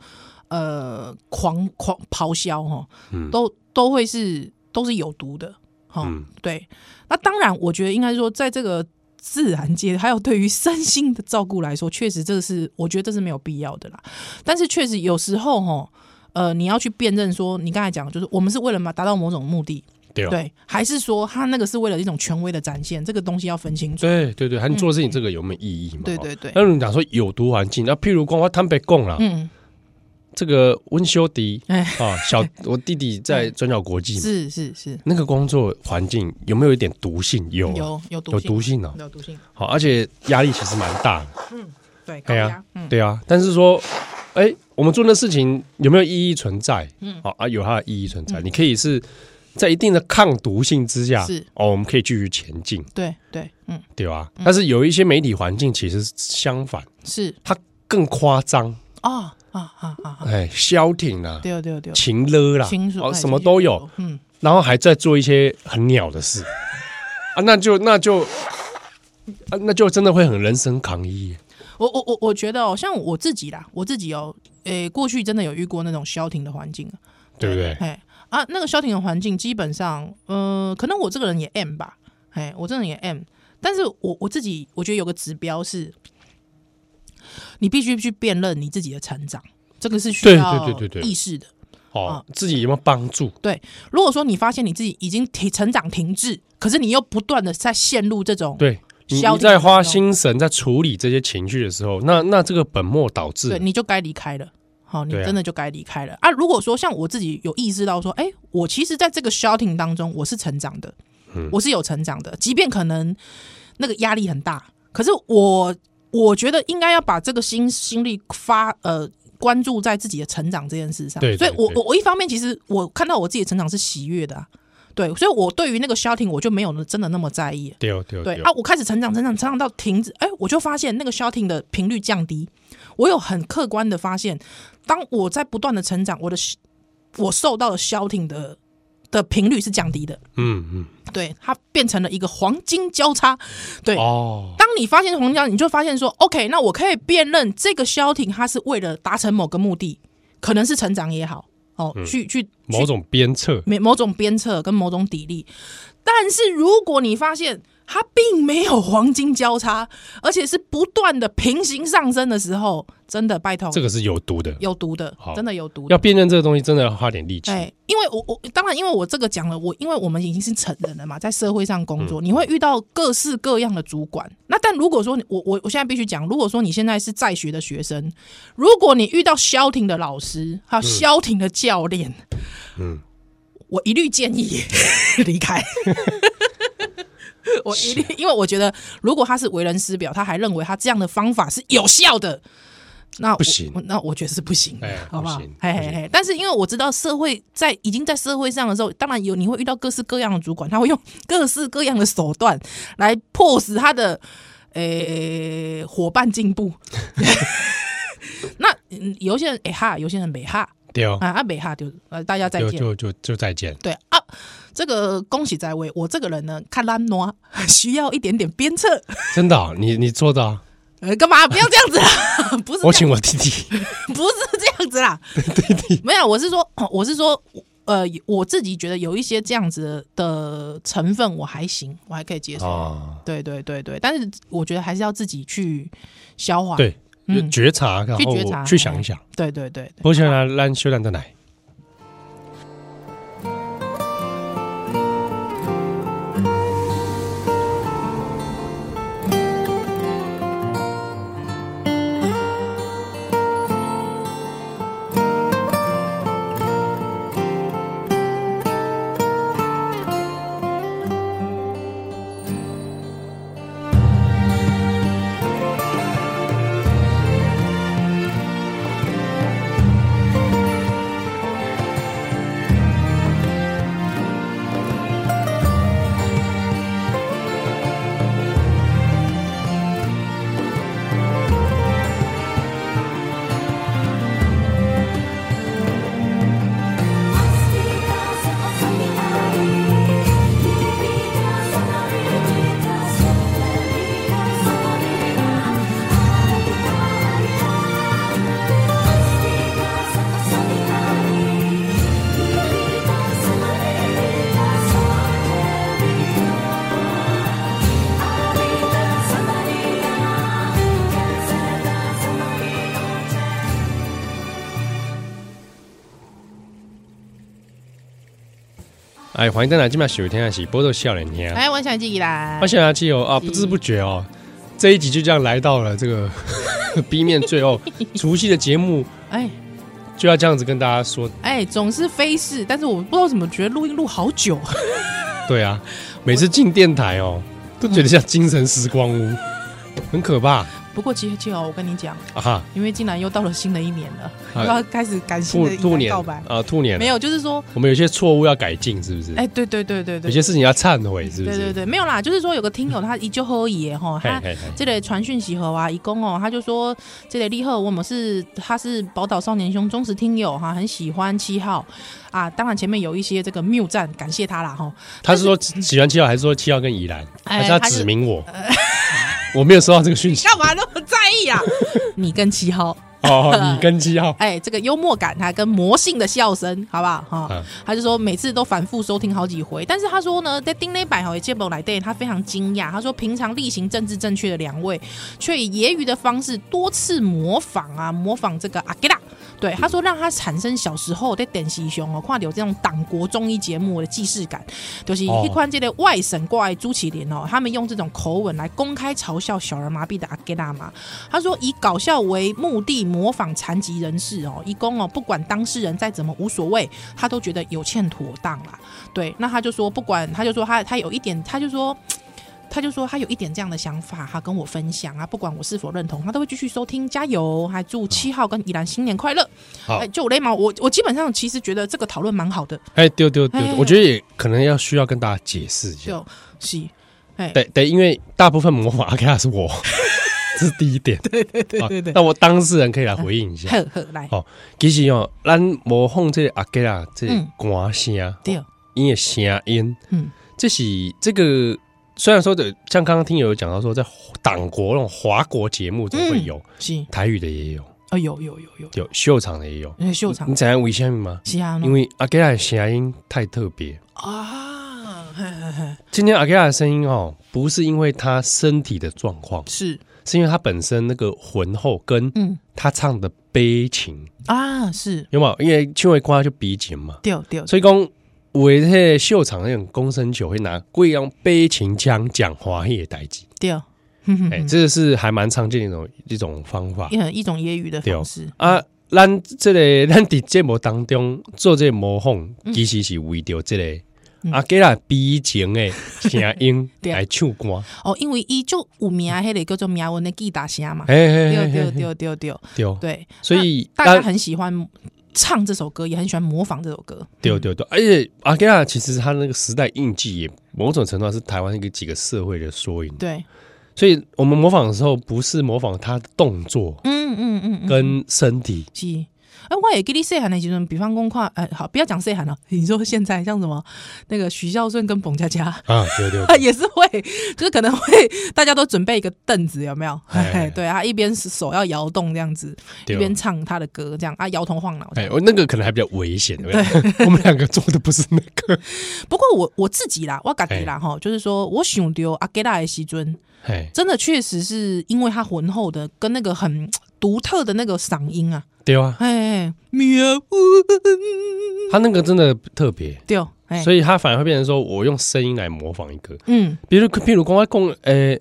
C: 呃狂狂咆哮哈，都都会是都是有毒的哈。
B: 嗯
C: 对，那当然，我觉得应该说，在这个自然界，还有对于身心的照顾来说，确实这是我觉得这是没有必要的啦。但是确实有时候哈。呃，你要去辨认说，你刚才讲的就是我们是为了嘛达到某种目的，
B: 对吧？
C: 对，还是说他那个是为了一种权威的展现，这个东西要分清楚。
B: 对对对，还你做的事情这个有没有意义嘛？
C: 嗯对
B: 哦
C: 对对
B: 那你讲说有毒环境，那譬如光我坦白讲啦，
C: 嗯，
B: 这个温修迪
C: 哎
B: 啊， 小我弟弟在转角国际嘛，
C: 是是是，
B: 那个工作环境有没有一点毒性？有啊
C: 有有毒
B: 有
C: 性，啊
B: 毒性哦，
C: 有毒性，
B: 好，而且压力其实蛮大的。
C: 对，高
B: 哎呀
C: 压，嗯，
B: 对啊，但是说，哎、我们做那事情有没有意义存在？嗯，好啊，有它的意义存在。你可以是在一定的抗毒性之下，
C: 嗯是
B: 哦，我们可以继续前进，
C: 对对，嗯，
B: 对吧、但是有一些媒体环境其实是相反，
C: 是
B: 它更夸张，
C: 啊啊啊啊，啊
B: 哎，消停啦、
C: 对哦对哦对哦，
B: 情勒啦哦
C: 清，楚哎
B: 啊什么都有，，
C: 嗯，
B: 然后还在做一些很鸟的 事啊，那就那就啊，那就真的会很人生扛一，
C: 我我我我觉得哦，像我自己啦，我自己哦，诶，过去真的有遇过那种消停的环境，啊
B: 对不对？
C: 哎啊，那个消停的环境基本上，呃，可能我这个人也 M 吧，哎，我这个人也 M，但是我我自己我觉得有个指标是，你必须去辨认你自己的成长，这个是需
B: 对对
C: 要
B: 对对对
C: 意识的。啊
B: 哦，自己有没有帮助？
C: 如果说你发现你自己已经停成长停滞，可是你又不断的在陷入这种
B: 对，你
C: 消
B: 你
C: 停的
B: 在花
C: 时候
B: 心神在处理这些情绪的时候，那那这个本末倒
C: 对，
B: 置，
C: 你就该离开了。好，你
B: 对啊
C: 真的就该离开了啊如果说像我自己有意识到说，哎、我其实在这个 shouting 当中，我是成长的，
B: 嗯
C: 我是有成长的，即便可能那个压力很大，可是我我觉得应该要把这个心心力发呃。关注在自己的成长这件事上，
B: 对对
C: 所以我
B: 对
C: 我我一方面其实我看到我自己的成长是喜悦的、啊，对，所以我对于那个 shouting 我就没有真的那么在意，
B: 对哦对哦
C: 对
B: 对
C: 啊
B: 哦，，
C: 我开始成长，成长，成长到停止，哎，我就发现那个 shouting 的频率降低。我有很客观的发现，当我在不断的成长，我的我受到的 shouting 的的频率是降低的，
B: 嗯嗯，
C: 对，它变成了一个黄金交叉。对，
B: 哦，
C: 当你发现黄金交叉，你就发现说，OK，那我可以辨认这个 shouting 它是为了达成某个目的，可能是成长也好，哦，去去
B: 嗯某种鞭策，
C: 某某种鞭策跟某种砥砺。但是如果你发现它并没有黄金交叉，而且是不断的平行上升的时候，真的拜托，
B: 这个是有毒的，
C: 有毒的
B: 好，
C: 真的有毒
B: 要
C: 的。
B: 辨认这个东西真的要花点力气，
C: 哎，因为我我当然，因为我这个讲了，我因为我们已经是成人了嘛，在社会上工作，
B: 嗯
C: 你会遇到各式各样的主管。那但如果说你我我我现在必须讲，如果说你现在是在学的学生，如果你遇到消停的老师，还有消停的教练，
B: 嗯，
C: 我一律建议 离开。 我一律，因为我觉得，如果他是为人师表，他还认为他这样的方法是有效的，那我
B: 不行
C: 那我觉得是不行的，
B: 哎
C: 好不好
B: 不行？
C: 嘿
B: 不
C: 嘿
B: 行
C: 嘿。但是因为我知道社会在已经在社会上的时候，当然有你会遇到各式各样的主管，他会用各式各样的手段来迫使他的 呃伙伴进步。那嗯有些人哎、哈，有些人没哈，
B: 对哦，
C: 啊，阿北哈就呃，大家再
B: 就
C: 见。
B: 就就就再见。
C: 对啊，这个恭喜在位，我这个人呢，看烂挪，需要一点点鞭策。
B: 真的哦，你你做的啊，
C: 呃，干嘛不要这样子啦？不是这
B: 我
C: 样
B: 请我弟 弟。
C: 不是这样 子啦，没有，我是说， 我是说，呃，我自己觉得有一些这样子的成分，我还行，我还可以接受。
B: 哦，
C: 对对对对，但是我觉得还是要自己去消化。
B: 对，
C: 嗯
B: 就觉察，然
C: 去
B: 后
C: 觉察哎
B: 去想一想。
C: 对对对对，
B: 我想来让修兰的奶。哎，欢迎登来，今晚收听的是《波多笑脸听》。
C: 哎，我想记起来
B: 啊而，且啊，基友啊，不知不觉哦，这一集就这样来到了这个 B 面最 后，除夕的节目
C: 哎
B: 就要这样子跟大家说，
C: 哎，总是非事，但是我不知道怎么觉得录音录好久，
B: 对啊，每次进电台哦，都觉得像精神时光屋，很可怕啊
C: 不过其实其实我跟你讲，
B: 哈！
C: 因为竟然又到了新的一年了，
B: 啊
C: 又要开始感性
B: 兔
C: 的
B: 兔年
C: 告白，
B: 啊，兔年
C: 没，有，就是说，
B: 我们有些错误要改进，是不是？
C: 哎，对对对对
B: 有
C: 对，
B: 些事情要忏悔，是不
C: 对
B: 是？
C: 对对，没有啦，就是说有个听友他依旧喝爷哈，
B: 嘿
C: 他
B: 嘿嘿
C: 这个传讯息和啊，一共哦，他就说这个立贺我们是他是宝岛少年兄忠实听友哈，很喜欢七号啊，当然前面有一些这个谬赞，感谢他啦哈，
B: 他是说喜欢七号，还是说七号跟宜兰？
C: 哎
B: 还是他
C: 他是呃
B: 指明 我？我没有收到这个 讯息
C: 干嘛那么在意啊？你跟七号。
B: 哦，你跟七号，
C: 哎，这个幽默感，他跟魔性的笑声，好不好？哈、
B: 嗯
C: 他就说每次都反复收听好几回，但是他说呢，在丁内百豪也见不来 day，他非常惊讶，他说平常例行政治正确的两位，却以揶揄的方式多次模仿啊，模仿这个阿吉拉。对，他说让他产生小时候在点西熊哦，看到这种党国综艺节目的既视感，就是
B: 哦
C: 一款这个外省过来朱启林哦，他们用这种口吻来公开嘲笑小儿麻痹的阿吉拉嘛。他说以搞笑为目的模仿残疾人士哦，一共哦不管当事人再怎么无所谓，他都觉得有欠妥当啦。对，那他就说不管，他就说他他有一点，他就说。他就说他有一点这样的想法，他跟我分享啊，不管我是否认同，他都会继续收听，加油！还祝七号跟宜兰新年快乐。
B: 好
C: 哎，就我雷毛，我我基本上其实觉得这个讨论蛮好的，
B: 哎，丢丢丢
C: 哎哎，
B: 我觉得也可能要需要跟大家解释一下。
C: 就是
B: 对对，因为大部分模仿阿 K 拉是 我，这是第一点。对对对
C: 对哎对
B: 那我当事人可以来回应一下。
C: 呵呵来
B: 好其实哦，咱模仿这个阿 K 拉这个
C: 嗯
B: 歌声，
C: 对，
B: 音的声音，
C: 嗯
B: 这是这个虽然说的，像刚刚听友有讲到说，在党国那种华国节目总会有
C: 是，
B: 台语的，也有
C: 哦有有有有，
B: 有秀场的也有。
C: 因为秀场
B: 你怎样为什么吗？
C: 是啊，
B: 因为阿 K 拉的声音太特别。
C: 啊，嘿嘿嘿
B: 今天阿 K 拉的声音哦，不是因为他身体的状况，
C: 是
B: 是因为他本身那个浑厚跟
C: 嗯
B: 他唱的悲情，
C: 啊是，
B: 有没有？因为秋尾瓜就比情嘛，
C: 对对，
B: 所以讲有的那个秀场那种公声球会拿贵用悲情腔讲华语的代志，
C: 对，哼哼
B: 哎、
C: 嗯哼
B: 这个是还蛮常见的一种一种方法
C: 一一种揶揄的方式
B: 啊。咱这个 咱伫节目当中做这个模仿，其实是为着这个。
C: 嗯
B: 啊，给啦悲情的声音
C: 对
B: 来唱歌，
C: 哦，因为伊就有名的迄个叫做名文的吉他声嘛，
B: 哎哎
C: 对
B: 哎
C: 对
B: 哎哎
C: 对对对
B: 对，
C: 对，
B: 所以
C: 大家
B: 咱
C: 很喜欢唱这首歌，也很喜欢模仿这首歌，
B: 对对对，而且阿盖亚其实他那个时代印记也某种程度上是台湾一个几个社会的缩影，
C: 对，
B: 所以我们模仿的时候不是模仿他的动作
C: 嗯嗯嗯嗯，
B: 跟身体，
C: 是哎，我也给你细汉的时阵，比方公看，哎，好，不要讲细汉了，你说现在像什么那个许孝顺跟彭佳佳。
B: 啊，对对
C: 啊，
B: 对，
C: 也是会，就是可能会大家都准备一个凳子，有没 有？
B: 哎
C: 嘿对啊，一边手要摇动这样子，一
B: 对哦
C: 边唱他的歌，这样啊，摇头晃脑这样。
B: 哎，我那个可能还比较危险，对不对 我们两个做的不是那 个，
C: 不过我我自己啦，我感己啦哈，就是说我想丢阿给大的西尊，
B: 哎，
C: 真的确实是因为他浑厚的跟那个很独特的那个嗓音啊，
B: 对啊，
C: 哎，喵呜，
B: 他那个真的特别，
C: 对，哎，
B: 所以他反而会变成说我用声音来模仿一个，
C: 嗯，
B: 比如譬如公开共，呃，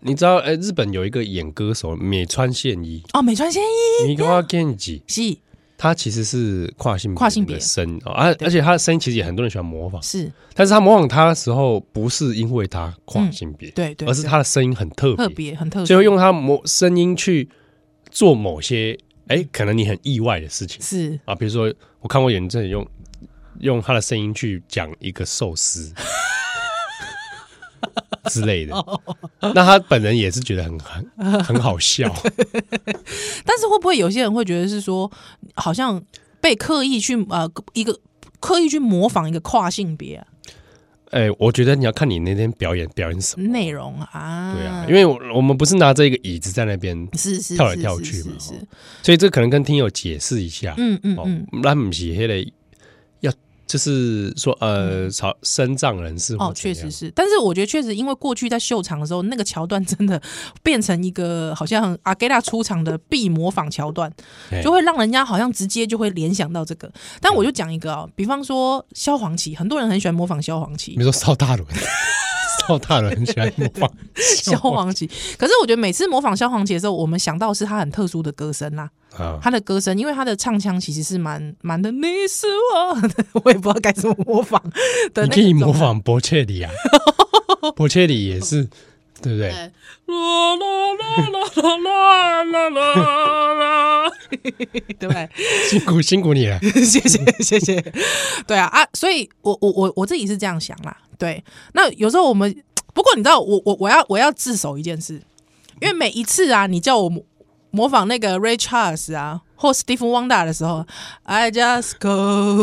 B: 你知道，呃，日本有一个演歌手美川宪一，
C: 哦，美川先一
B: 你跟我见几？
C: 是
B: 他其实是跨性
C: 跨性别
B: 的声哦，而、
C: 对
B: 而且他的声音其实也很多人喜欢模仿，
C: 是，
B: 但是他模仿他的时候，不是因为他跨性别，
C: 嗯对对，
B: 而是
C: 对
B: 他的声音很特别，
C: 特别很特
B: 所以
C: 殊，
B: 会用他模声音去做某些哎、可能你很意外的事情
C: 是
B: 啊，比如说我看过有人真的用用他的声音去讲一个寿司 之类的，
C: 哦
B: 那他本人也是觉得很很很好笑，
C: 但是会不会有些人会觉得是说，好像被刻意去呃一个刻意去模仿一个跨性别啊
B: 哎、我觉得你要看你那天表演表演什么。
C: 内容啊？
B: 对啊，因为我我们不是拿着一个椅子在那边，
C: 是是
B: 跳来
C: 是
B: 跳
C: 是
B: 去
C: 是
B: 嘛
C: 是
B: 哦所以这可能跟听友解释一下。
C: 嗯嗯嗯，
B: 哦，那不是黑嘞，要就是说呃，朝身障人士或
C: 嗯哦，确
B: 怎
C: 实
B: 样
C: 是，但是我觉得确实，因为过去在秀场的时候，那个桥段真的变成一个好像阿盖拉出场的必模仿桥段
B: 嘿，
C: 就会让人家好像直接就会联想到这个。但我就讲一个哦，比方说萧煌奇，很多人很喜欢模仿萧煌奇
B: 比，如说邵大 伦，邵大伦很喜欢模仿
C: 萧煌奇。可是我觉得每次模仿萧煌奇的时候，我们想到是他很特殊的歌声啦，
B: 啊，
C: 他的歌声，因为他的唱腔其实是蛮蛮的，你是我，我也不知道该怎么模仿的
B: 你
C: 那
B: 可以
C: 种
B: 模仿伯切里 啊，伯切里也是，对不对？
C: 哎啦啦啦啦啦啦啦啦，对不对？
B: 辛苦辛苦你了，
C: 谢谢谢谢，对啊啊，所以我我我我自己是这样想啦，对。那有时候我们，不过你知道，我我我要我要自首一件事，因为每一次啊，你叫我模模仿那个 Ray Charles 啊或 Steve Wonder 的时候，I just go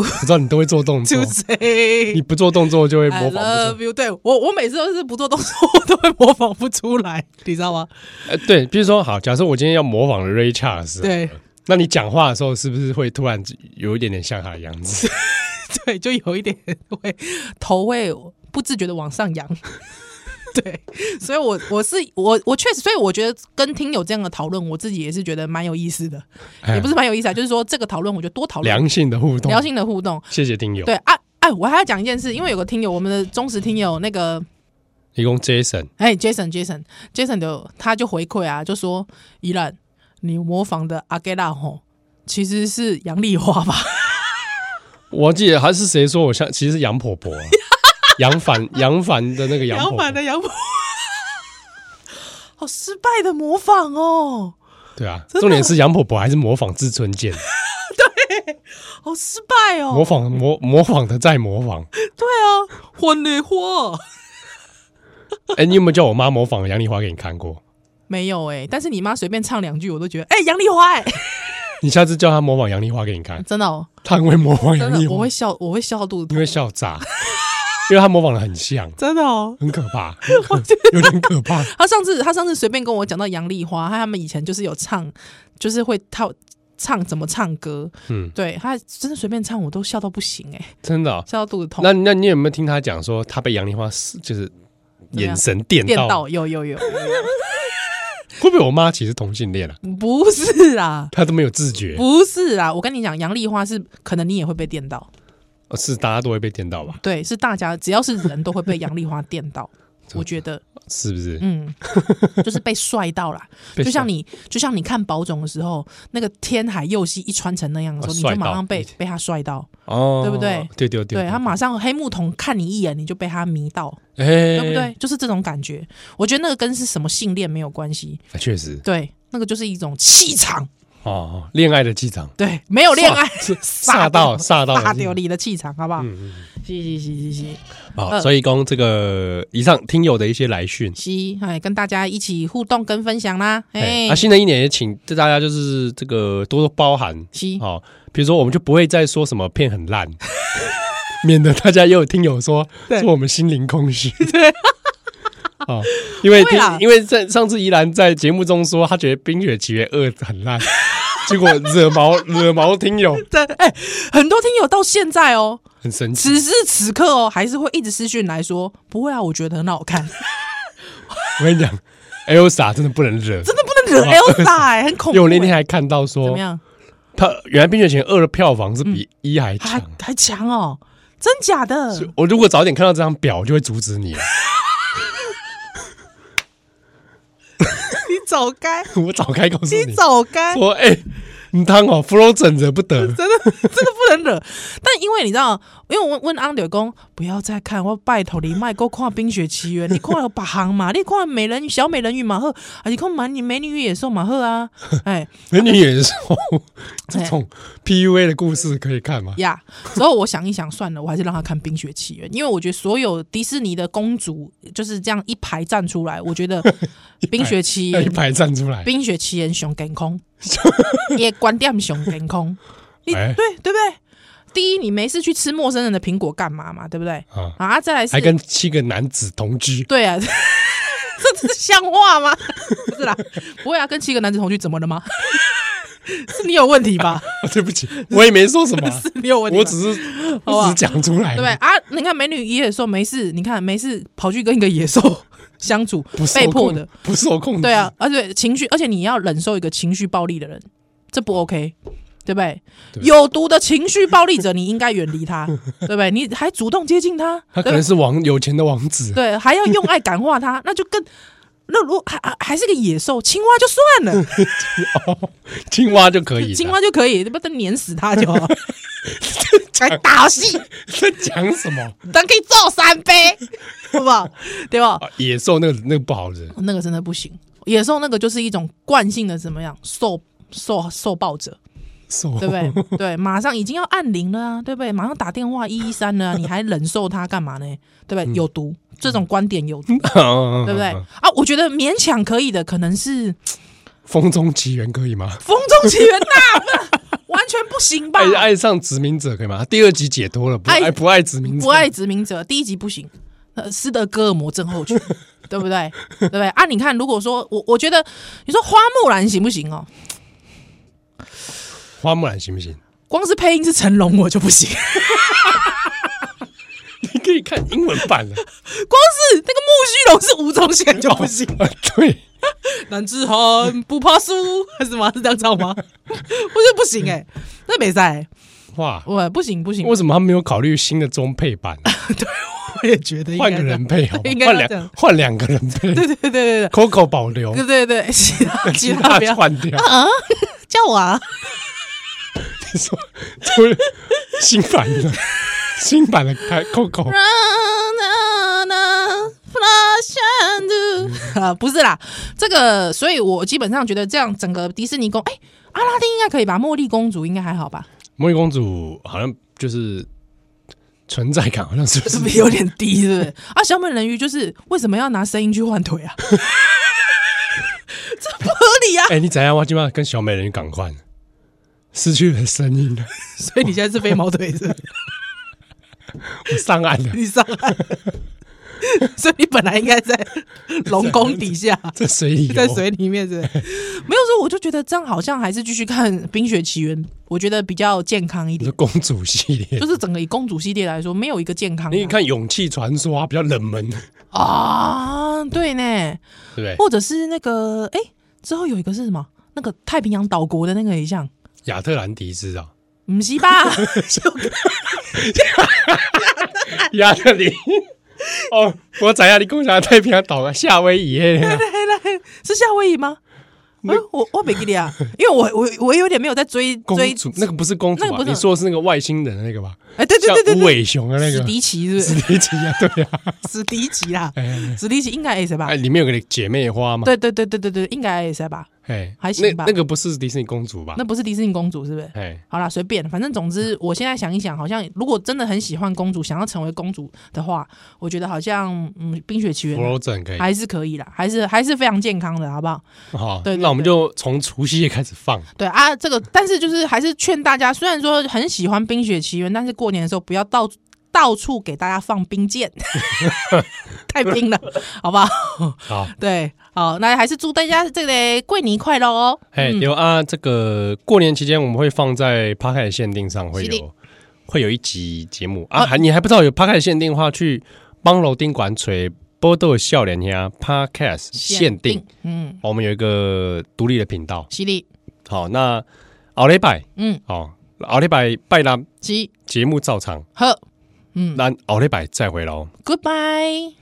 B: 我知道你都会做动作
C: to，say
B: 哦你不做动作就会
C: I
B: 模仿不出
C: love you 对。我我每次都是不做动作，我都会模仿不出来，你知道吗？
B: 呃，对，比如说，好，假设我今天要模仿 Ray Charles，
C: 对
B: 那你讲话的时候是不是会突然有一点点像他的样子？
C: 对，就有一点会头会不自觉的往上扬。 对，所以我，我是我我确实，所以我觉得跟听友这样的讨论，我自己也是觉得蛮有意思的， 也不是蛮有意思啊，就是说这个讨论，我觉得多讨论
B: 哎良性的互动，
C: 良性的互动。
B: 谢谢听友，
C: 对啊，哎，我还要讲一件事，因为有个听友，我们的忠实听友那个
B: 一共 Jason
C: 哎，Jason，Jason，Jason 的他就回馈啊，就说依然你模仿的阿盖拉吼，其实是杨丽花吧？
B: 我记得还是谁说我像，其实是杨婆婆、 啊，杨凡杨凡的那个杨婆婆，
C: 杨婆， 好失败的模仿哦，
B: 对啊，
C: 的
B: 重点是杨婆婆还是模仿志村健，
C: 好失败
B: 模
C: 哦，
B: 仿模模仿的在模 仿。
C: 对啊， 婚礼花
B: 哎、你有没有叫我妈模仿杨丽花给你看过？
C: 没有哎、但是你妈随便唱两句，我都觉得哎，杨丽花哎、
B: 你下次叫她模仿杨丽花给你看，
C: 真的、哦，
B: 她很会模仿
C: 真
B: 杨丽
C: 的，
B: 花，
C: 我会笑，我会笑到肚子
B: 你
C: 痛，
B: 会笑炸， 因为她模仿的很像。
C: 真的哦。
B: 很可怕， 有点可怕。
C: 他上次他上次随便跟我讲到杨丽花，他他们以前就是有唱，就是会套唱怎么唱歌，
B: 嗯，
C: 对他真的随便唱我都笑到不行哎、
B: 真的哦、
C: 笑到肚子痛。
B: 那那你有没有听他讲说，他被杨丽花是就是
C: 么样
B: 眼神电
C: 电
B: 到？
C: 到有有有，
B: 会不会我妈其实同性恋啊？
C: 不是啊，
B: 她都没有自觉，
C: 不是啊，我跟你讲，杨丽花是可能你也会被电到，
B: 哦是大家都会被电到吧？
C: 对，是大家只要是人都会被杨丽花电到，我觉得，
B: 是不是？
C: 嗯，就是被帅到啦。
B: 被
C: 就像
B: 吓
C: 你，就像你看宝总的时候，那个天海佑希一穿成那样的时候，
B: 哦
C: 你就
B: 帅
C: 马
B: 到
C: 上被被他帅到，
B: 哦，
C: 嗯对不对？
B: 对对对，
C: 对他马上黑木瞳看你一眼，你就被他迷到，
B: 哎，
C: 对不对？就是这种感觉。我觉得那个跟是什么性恋没有关系，
B: 啊？确实，
C: 对，那个就是一种气场，
B: 哦，恋爱的气场，
C: 对，没有恋爱，
B: 是煞 到煞到的
C: 大
B: 气
C: 丢
B: 场。
C: 你的气场，好不好？是是是是是
B: 好，哦所以供这个以上听友的一些来讯。
C: 是，哎，跟大家一起互动跟分享啦，
B: 哎，
C: 哎
B: 啊，，新的一年也请大家就是这个多多包涵，
C: 是，
B: 哦，比如说我们就不会再说什么片很 烂，免得大家又有听友说
C: 对
B: 说我们心灵空 虚。 哦，因为
C: 不会
B: 听
C: 啦
B: 因为在上次依兰在节目中说，她觉得《冰雪奇缘二》很 烂，结果惹毛惹毛听友，
C: 对，哎，很多听友到现在哦，
B: 很生气。
C: 此时此刻哦，还是会一直私讯来说，不会啊，我觉得很好 看，
B: 我跟你讲，Elsa 真的不能惹。
C: 真的不能惹 Elsa，哎，
B: 哦
C: 很恐
B: 因为
C: 怖
B: 我那天
C: 哎，
B: 还哦看到
C: 怎
B: 说
C: 么，样？嗯
B: 他原来《冰雪奇缘二》的票房是比一还强啊
C: 还。还强哦，真假的？
B: 所以我如果早点看到这张表，我就会阻止你了。
C: 你走 开，
B: 我早该告诉
C: 你
B: 你。
C: 走开，
B: 说哎，你汤哦，Frozen 惹不得，
C: 真的真的不能惹。但因为你知道，因为我问问安德公，不要再看，我拜托你卖够看《冰雪奇 缘》，你看了把行嘛，你看了美人鱼小美人鱼马赫，啊，你看满你美女与野兽马 赫啊，哎
B: 美女野兽 这种 PUA 的故事可以看吗？
C: 呀，所以我想一想，算了，我还是让他看《冰雪奇缘》，因为我觉得所有迪士尼的公主就是这样一排站出来，我觉 得《冰雪奇
B: 要
C: 缘
B: 一》排站出来，
C: 《冰雪奇缘》熊 天空，也观点熊天空，你
B: 哎
C: 对对不对？第一，你没事去吃陌生人的苹果干嘛嘛？对不对？
B: 啊，
C: 啊，再来是
B: 还跟七个男子同 居，
C: 对啊，这这是像话吗？不是啦，不会啊，跟七个男子同居怎么了吗？ 是你有问题吧？
B: 哦对不起，我也没说什么啊，
C: 是你有问题吧，
B: 我只是
C: 好
B: 我
C: 吧
B: 只是讲出来，
C: 对不对？啊？你看美女与野兽没事，你看没事跑去跟一个野兽 相处
B: 不，受
C: 被迫
B: 控
C: 的，，
B: 不受控制，
C: 对啊，，而且情绪，而且你要忍受一个情绪暴力的人，这不 OK。对不对？
B: 对
C: 有毒的情绪暴力者，你应该远离 他，对不对？你还主动接近他，
B: 他可
C: 对不对
B: 能是王有钱的王子，
C: 对，还要用爱感化它， 那就更那如还还还是个野兽，青蛙就算 了，
B: 青蛙就可以了，
C: 青蛙就可以，不能碾死它 就好。还打游戏，
B: 在讲什么？
C: 咱可以做三杯，好不好？对吧？
B: 啊野兽那个那个不好惹，
C: 那个真的不行，野兽那个就是一种惯性的怎么样受受受暴者，
B: 兽
C: 对不对？对，马上已经要按铃了啊，对不对？马上打电话一一三了啊、你还忍受它干嘛呢？对不对？有毒，这种观点有
B: 嗯
C: 毒，对
B: 对
C: 不对？？啊，我觉得勉强可以的，可能是。
B: 风中奇缘可以吗？
C: 《风中奇缘》呐， 不是完全不行吧？
B: 爱爱上殖民者可以吗？第二集解脱了，不
C: 爱
B: 爱不爱殖民者，
C: 不爱殖民者第一集不行，呃，斯德哥尔摩症候群，对不对？对不对？啊，你看，如果说我我觉得你说花木兰行不行哦？
B: 花木兰行不行？
C: 光是配音是成龙我就不行，
B: 你可以看英文版的，
C: 光是那个木须龙是吴宗宪就不行。
B: 啊对，
C: 男子汉不怕输，还是什么？是这样 唱吗？我觉得不行哎、那没赛，
B: 哇，
C: 我不行不行，
B: 为什么他没有考虑新的中配版啊？
C: 我也觉得应该
B: 换个人配好吧，
C: 应该
B: 换
C: 要这样
B: 两换两个人配
C: 这样，对对对对
B: ，Coco 保留，
C: 对对 对对，其他其
B: 其
C: 他
B: 他
C: 不要
B: 换掉。
C: 叫我啊。
B: 你说，就是新版的，新版的开 Coco，
C: 啊，不是啦，这个，所以我基本上觉得这样整个迪士尼公，哎、阿拉丁应该可以吧，茉莉公主应该还好吧，
B: 魔女公主好像就是存在感，好像是不
C: 是
B: 是
C: 不？是有点低？是不是？啊，小美人鱼就是为什么要拿声音去换腿啊？ 这不合理啊！
B: 哎，你怎样？我今晚跟小美人鱼赶快失去了声音了，
C: 所以你现在是飞毛腿是不是？
B: 我上岸了。
C: 你上岸， 所以你本来应该在龙宫底下。
B: 在水里游
C: 在水里面是不是没有说，我就觉得这样好像还是继续看《冰雪奇缘》，我觉得比较健康一
B: 你
C: 点
B: 说。公主系列
C: 就，是整个以公主系列来说，没有一个健康的
B: 你看《勇气传说》啊，比较冷门，对
C: 啊，对呢，
B: 不对？
C: 或者是那个哎、之后有一个是什么？那个太平洋岛国的那个也像，
B: 亚特兰提斯啊，
C: 唔是 吧？啊
B: 亚特里。哦，我知啊，你共享太平洋岛啊，夏威夷的啊，
C: 是夏威夷吗？啊、我我没给你啊，因为我我我有点没有在追
B: 公
C: 追，
B: 主那个不是公主
C: 那个
B: 啊
C: 不，是
B: 你说的是那个外星人的那个吧？
C: 哎、对对
B: 像
C: 对对
B: 无
C: 对，
B: 尾熊的那
C: 史
B: 个
C: 迪奇是不
B: 史
C: 是？
B: 迪奇啊，对啊，
C: 史迪奇啦，
B: 哎，
C: 史迪奇应该也是吧
B: 哎，？里面有个姐妹花嘛，
C: 对对对对对对，应该也是吧？
B: 哎，
C: 还行吧
B: 那那个不是迪士尼公主吧？
C: 那不是迪士尼公主是不是？
B: 啊哎，
C: 好啦，随便，反正总之，我现在想一想，好像如果真的很喜欢公主，想要成为公主的话，我觉得好像嗯，《冰雪奇缘
B: Frozen 可》以。
C: 还是可以啦，还是还是非常健康的，好不好？
B: 好，
C: 对对
B: 那我们就从除夕夜开始放。
C: 对啊，这个但是就是还是劝大家，虽然说很喜欢《冰雪奇缘》，但是过年的时候不要到到处给大家放冰箭， 太冰了，好不好？
B: 好，
C: 对，好，那还是祝大家这个桂年快乐哦。
B: 哎，有啊，这个过年期间我们会放在 p a r k 限定上会
C: 是的
B: 有会有一集节目啊，还你还不知道有 p a r k 限定的话，去帮楼丁馆锤波豆笑脸呀 Podcast 限定，，
C: 嗯，
B: 我们有一个独立的频道。
C: 犀利，
B: 好，那奥礼拜
C: 嗯，
B: 哦，奥礼拜拜啦，
C: 吉
B: 节目照常，
C: 呵，嗯
B: 那奥礼拜再回喽。
C: ，Goodbye。